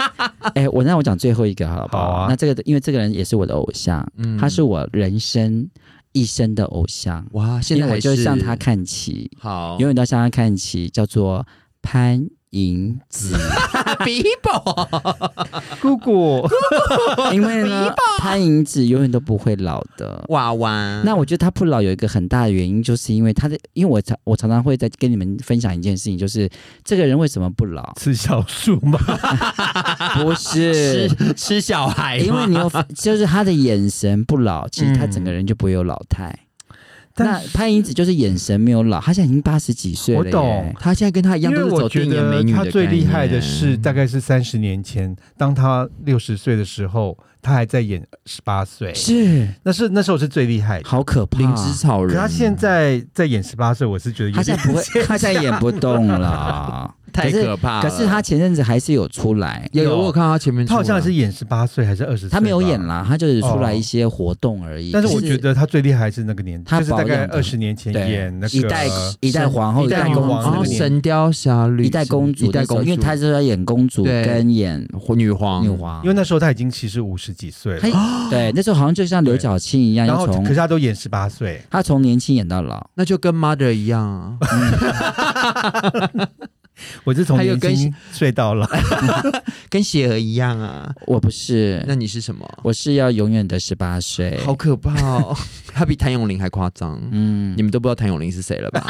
[SPEAKER 3] [LAUGHS] 哎，我那我讲最后一个好不
[SPEAKER 1] 好啊
[SPEAKER 3] 那这个因为这个人也是我的偶像，
[SPEAKER 2] 嗯
[SPEAKER 3] 他是我人生一生的偶像，
[SPEAKER 2] 哇，现
[SPEAKER 3] 因
[SPEAKER 2] 在
[SPEAKER 3] 为我
[SPEAKER 2] 还
[SPEAKER 3] 就是向他看齐，
[SPEAKER 2] 好，
[SPEAKER 3] [LAUGHS] 永远都向他看齐，叫做潘迎紫。
[SPEAKER 2] 鼻宝 [LAUGHS]
[SPEAKER 1] 姑姑？
[SPEAKER 3] [LAUGHS] 因为呢，潘迎紫永远都不会老的。
[SPEAKER 2] 娃娃，
[SPEAKER 3] 那我觉得她不老有一个很大的原因，就是因为她的，因为我常我常常会在跟你们分享一件事情，就是这个人为什么不老
[SPEAKER 1] 吃小树吗？
[SPEAKER 3] 不是，
[SPEAKER 2] [LAUGHS] 吃吃小孩吗，
[SPEAKER 3] 因为你有，就是他的眼神不老，其实他整个人就不会有老态。那
[SPEAKER 1] 但
[SPEAKER 3] 潘迎紫就是眼神没有老，她现在已经八十几岁了
[SPEAKER 1] 我
[SPEAKER 3] 耶。
[SPEAKER 1] 懂
[SPEAKER 2] 他现在跟他一
[SPEAKER 1] 因
[SPEAKER 2] 样
[SPEAKER 1] 为
[SPEAKER 2] 都是
[SPEAKER 1] 我
[SPEAKER 2] 走
[SPEAKER 1] 觉
[SPEAKER 2] 电眼美
[SPEAKER 1] 得
[SPEAKER 2] 女
[SPEAKER 1] 他
[SPEAKER 2] 的
[SPEAKER 1] 最
[SPEAKER 2] 概
[SPEAKER 1] 厉害的
[SPEAKER 2] 念
[SPEAKER 1] 是，大概是三十年前，当他六十岁的时候，他还在演十八岁，
[SPEAKER 3] 是
[SPEAKER 1] 那是那时候是最厉害的。
[SPEAKER 3] 好可怕。
[SPEAKER 2] 灵芝草
[SPEAKER 1] 可
[SPEAKER 2] 人，
[SPEAKER 1] 他现在在演十八岁，我是觉得有
[SPEAKER 3] 她现
[SPEAKER 1] 点
[SPEAKER 3] 在不会，她现在演不动了。
[SPEAKER 2] 太
[SPEAKER 3] 可是
[SPEAKER 2] 可怕了。
[SPEAKER 3] 可是她前阵子还是有出来，
[SPEAKER 2] 有有
[SPEAKER 1] 有
[SPEAKER 2] 我有看到他前面出
[SPEAKER 1] 他
[SPEAKER 2] 来，
[SPEAKER 1] 好像是演十八岁还是二十，
[SPEAKER 3] 他没有演。啦，他就是出来一些活动而已。
[SPEAKER 1] 但是我
[SPEAKER 3] 就是
[SPEAKER 1] 觉得他最厉害是那个年，
[SPEAKER 3] 他
[SPEAKER 1] 就是大概
[SPEAKER 3] 保养得
[SPEAKER 1] 二十年前
[SPEAKER 3] 对
[SPEAKER 1] 演那个
[SPEAKER 3] 一代一代皇后、
[SPEAKER 1] 一代
[SPEAKER 3] 代
[SPEAKER 1] 女
[SPEAKER 3] 公
[SPEAKER 1] 王那
[SPEAKER 2] 哦，
[SPEAKER 1] 个
[SPEAKER 3] 主、
[SPEAKER 1] 年
[SPEAKER 2] 神雕侠侣》
[SPEAKER 3] 一代公主
[SPEAKER 2] 一代
[SPEAKER 3] 那时候，
[SPEAKER 2] 公主，
[SPEAKER 3] 因为他就是要演公主
[SPEAKER 2] 对
[SPEAKER 3] 跟演
[SPEAKER 2] 女皇
[SPEAKER 3] 女皇
[SPEAKER 1] 因为。那时候他已经其实五十几岁了，
[SPEAKER 3] 他嗯对那时候好像就像刘晓庆一样，
[SPEAKER 1] 然
[SPEAKER 3] 要
[SPEAKER 1] 后可
[SPEAKER 3] 从
[SPEAKER 1] 是他都演十八岁，
[SPEAKER 3] 她从年轻演到老。
[SPEAKER 2] 那就跟 Mother 一样啊， [LAUGHS]
[SPEAKER 1] 我是从
[SPEAKER 2] 还有
[SPEAKER 1] 年轻睡到老。
[SPEAKER 2] 跟邪儿一样啊。
[SPEAKER 3] 我不是
[SPEAKER 2] 那，你是什么？
[SPEAKER 3] 我是要永远的十八岁。
[SPEAKER 2] 好可怕
[SPEAKER 1] [LAUGHS]
[SPEAKER 2] 哦！他比谭咏麟还夸张，
[SPEAKER 3] 嗯
[SPEAKER 2] 你，们都不知道谭咏麟是谁了吧？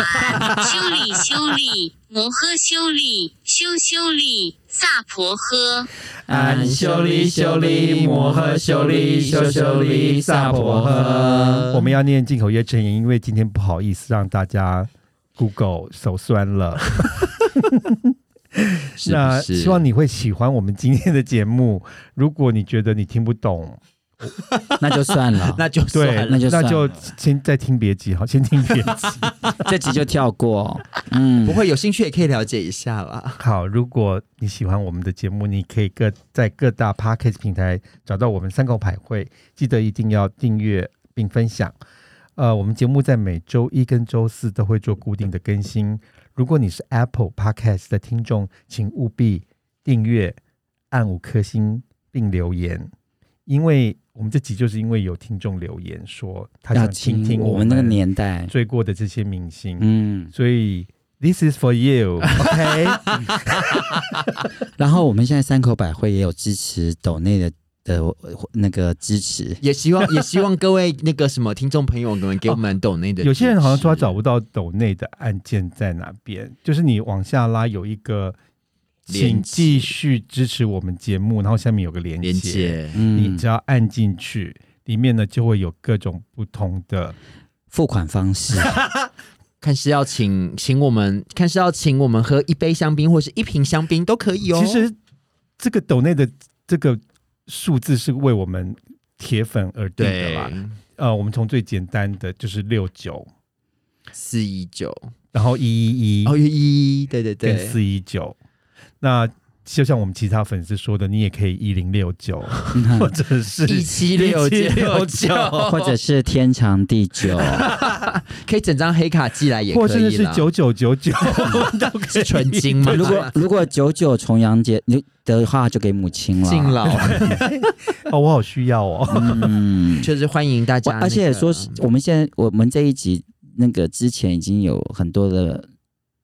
[SPEAKER 4] 修理修理，摩诃修理，修修理，萨婆诃。
[SPEAKER 1] 俺
[SPEAKER 2] 修利修利摩诃修利修修利
[SPEAKER 1] 萨婆
[SPEAKER 2] 诃
[SPEAKER 1] 我们要念进口业成言，因为今天不好意思让大家 Google 手酸了。
[SPEAKER 2] 是
[SPEAKER 1] 那
[SPEAKER 2] 不是？
[SPEAKER 1] 希望你会喜欢我们今天的节目。如果你觉得你听不懂，
[SPEAKER 3] 那就算
[SPEAKER 2] [LAUGHS]
[SPEAKER 3] 了
[SPEAKER 2] [LAUGHS] ，那就算
[SPEAKER 1] 对，
[SPEAKER 2] 了
[SPEAKER 3] 那就算了
[SPEAKER 1] 先再听别集，好，先听别集。
[SPEAKER 3] 这集就跳过。嗯
[SPEAKER 2] 不，会有兴趣也可以了解一下啦。
[SPEAKER 1] 好，如果你喜欢我们的节目，你可以各在各大 podcast 平台找到我们三口百会，记得一定要订阅并分享。呃，我们节目在每周一跟周四都会做固定的更新。如果你是 Apple Podcast 的听众，请务必订阅、按五颗星并留言，因为我们这集就是因为有听众留言说他
[SPEAKER 3] [LAUGHS] 要
[SPEAKER 1] 想听听
[SPEAKER 3] 听我们那个年代。
[SPEAKER 1] 追过的这些明星，
[SPEAKER 3] 嗯，
[SPEAKER 1] 所以 This is for you，OK、
[SPEAKER 3] [LAUGHS] 然后我们现在三口百惠也有支持抖内的的那个支持，
[SPEAKER 2] 也希望也希望各位那个什么听众朋友们给我们懂内的支持，
[SPEAKER 1] 有些人好像说他找不到抖内的按键在哪边，就是你往下拉有一个，
[SPEAKER 2] 连
[SPEAKER 1] 请
[SPEAKER 2] 结
[SPEAKER 1] 继续支持我们节目，然后下面有个连
[SPEAKER 2] 连接。
[SPEAKER 1] 你
[SPEAKER 3] 嗯
[SPEAKER 1] 只，要按进去，里面呢就会有各种不同的。
[SPEAKER 3] 付款方式。
[SPEAKER 2] 看是要请请我们，看是要请我们喝一杯香槟或是一瓶香槟都可以哦。
[SPEAKER 1] 其实这个抖内的这个数字是为我们铁粉而定的
[SPEAKER 2] 对
[SPEAKER 1] 啦。，呃，我们从最简单的就是六九，
[SPEAKER 2] 四一九，
[SPEAKER 1] 然后一一一
[SPEAKER 2] 哦，一一，对对
[SPEAKER 1] 跟
[SPEAKER 2] 对，
[SPEAKER 1] 四一九。那就像我们其他粉丝说的，你也可以一零六九， [LAUGHS] 或者是
[SPEAKER 2] 一七六九
[SPEAKER 1] 1769
[SPEAKER 3] 或者是天长地久，
[SPEAKER 2] 可以整张黑卡寄来也
[SPEAKER 1] 或
[SPEAKER 2] 可
[SPEAKER 1] 甚至
[SPEAKER 2] 以
[SPEAKER 1] 是
[SPEAKER 2] 啦。
[SPEAKER 1] 九九九
[SPEAKER 2] [LAUGHS]
[SPEAKER 1] 九都可以。
[SPEAKER 2] 是纯金吗？
[SPEAKER 3] 如 [LAUGHS] 果如果九九重阳节你的话，就给母亲了。
[SPEAKER 2] 敬老，
[SPEAKER 1] [LAUGHS] 哦，我好需要哦。
[SPEAKER 2] [LAUGHS]
[SPEAKER 3] 嗯，
[SPEAKER 2] 就是欢迎大
[SPEAKER 3] 我
[SPEAKER 2] 家那个。
[SPEAKER 3] 而且说是我们现在我们这一集那个之前已经有很多的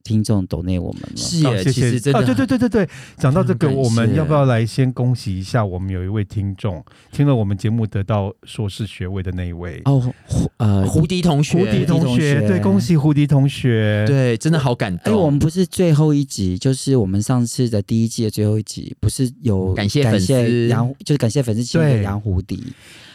[SPEAKER 3] 听众懂内我们了，
[SPEAKER 2] 是
[SPEAKER 1] 好
[SPEAKER 2] 耶，
[SPEAKER 1] 谢
[SPEAKER 2] 其实
[SPEAKER 1] 谢
[SPEAKER 2] 真的
[SPEAKER 1] 啊，对对对对对，讲到这个，
[SPEAKER 2] 很感谢
[SPEAKER 1] 我们要不要来先恭喜一下？我们有一位听众听了我们节目得到硕士学位的那一位，
[SPEAKER 3] 哦，胡呃，
[SPEAKER 2] 胡迪同学，
[SPEAKER 1] 胡迪
[SPEAKER 3] 同
[SPEAKER 1] 同学，
[SPEAKER 3] 学
[SPEAKER 1] 对，恭喜胡迪同学。
[SPEAKER 2] 对，真的好感
[SPEAKER 3] 哎、
[SPEAKER 2] 动。
[SPEAKER 3] 我们不是最后一集，就是我们上次的第一季的最后一集，不是
[SPEAKER 1] 嗯
[SPEAKER 3] 有
[SPEAKER 2] 感谢粉丝
[SPEAKER 3] 杨，就是感谢粉丝请
[SPEAKER 1] 对
[SPEAKER 3] 给杨胡迪，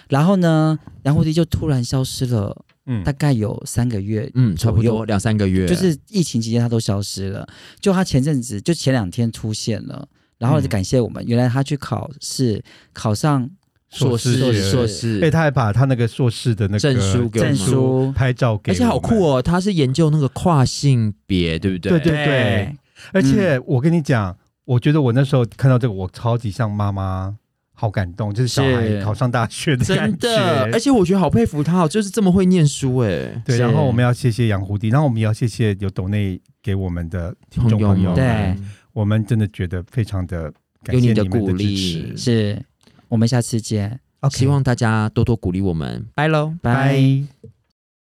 [SPEAKER 3] 然后呢，杨胡迪就突然消失了，
[SPEAKER 1] 嗯
[SPEAKER 3] 大概有三个月，
[SPEAKER 2] 嗯，差不
[SPEAKER 3] 左右
[SPEAKER 2] 多两三个月，
[SPEAKER 3] 就是疫情期间他都消失了，就他前阵子就前两天出现了，然后就
[SPEAKER 1] 嗯
[SPEAKER 3] 感谢我们，原来他去考试考上
[SPEAKER 2] 硕
[SPEAKER 3] 硕
[SPEAKER 2] 士
[SPEAKER 3] 士
[SPEAKER 2] 硕
[SPEAKER 1] 哎、
[SPEAKER 2] 士
[SPEAKER 1] 他还把他那个硕士的那个
[SPEAKER 2] 证书给我
[SPEAKER 3] 证
[SPEAKER 2] 们，
[SPEAKER 3] 书，
[SPEAKER 1] 拍照给，
[SPEAKER 2] 而且好酷！哦，他是研究那个跨性别，对不
[SPEAKER 1] 对
[SPEAKER 2] 对？
[SPEAKER 1] 对对，而
[SPEAKER 2] 嗯
[SPEAKER 1] 且我跟你讲，我觉得我那时候看到这个，我超级像妈妈，好感动，就是小孩
[SPEAKER 3] 是
[SPEAKER 1] 考上大学的感
[SPEAKER 2] 真
[SPEAKER 1] 觉。
[SPEAKER 2] 的，而且我觉得好佩服他哦，就是这么会念书哎。
[SPEAKER 1] 对，
[SPEAKER 3] 是
[SPEAKER 1] 然后我们要谢谢杨胡迪，然后我们也要谢谢有抖内给我们的听众朋友，
[SPEAKER 2] 们
[SPEAKER 3] 对，
[SPEAKER 1] 我们真的觉得非常的感
[SPEAKER 2] 有
[SPEAKER 1] 谢
[SPEAKER 2] 你的
[SPEAKER 1] 们
[SPEAKER 2] 鼓
[SPEAKER 1] 支
[SPEAKER 2] 励
[SPEAKER 1] 持。
[SPEAKER 3] 是我们下次见，
[SPEAKER 1] OK，
[SPEAKER 2] 希望大家多多鼓励我们，拜喽。
[SPEAKER 1] 拜。
[SPEAKER 3] 拜。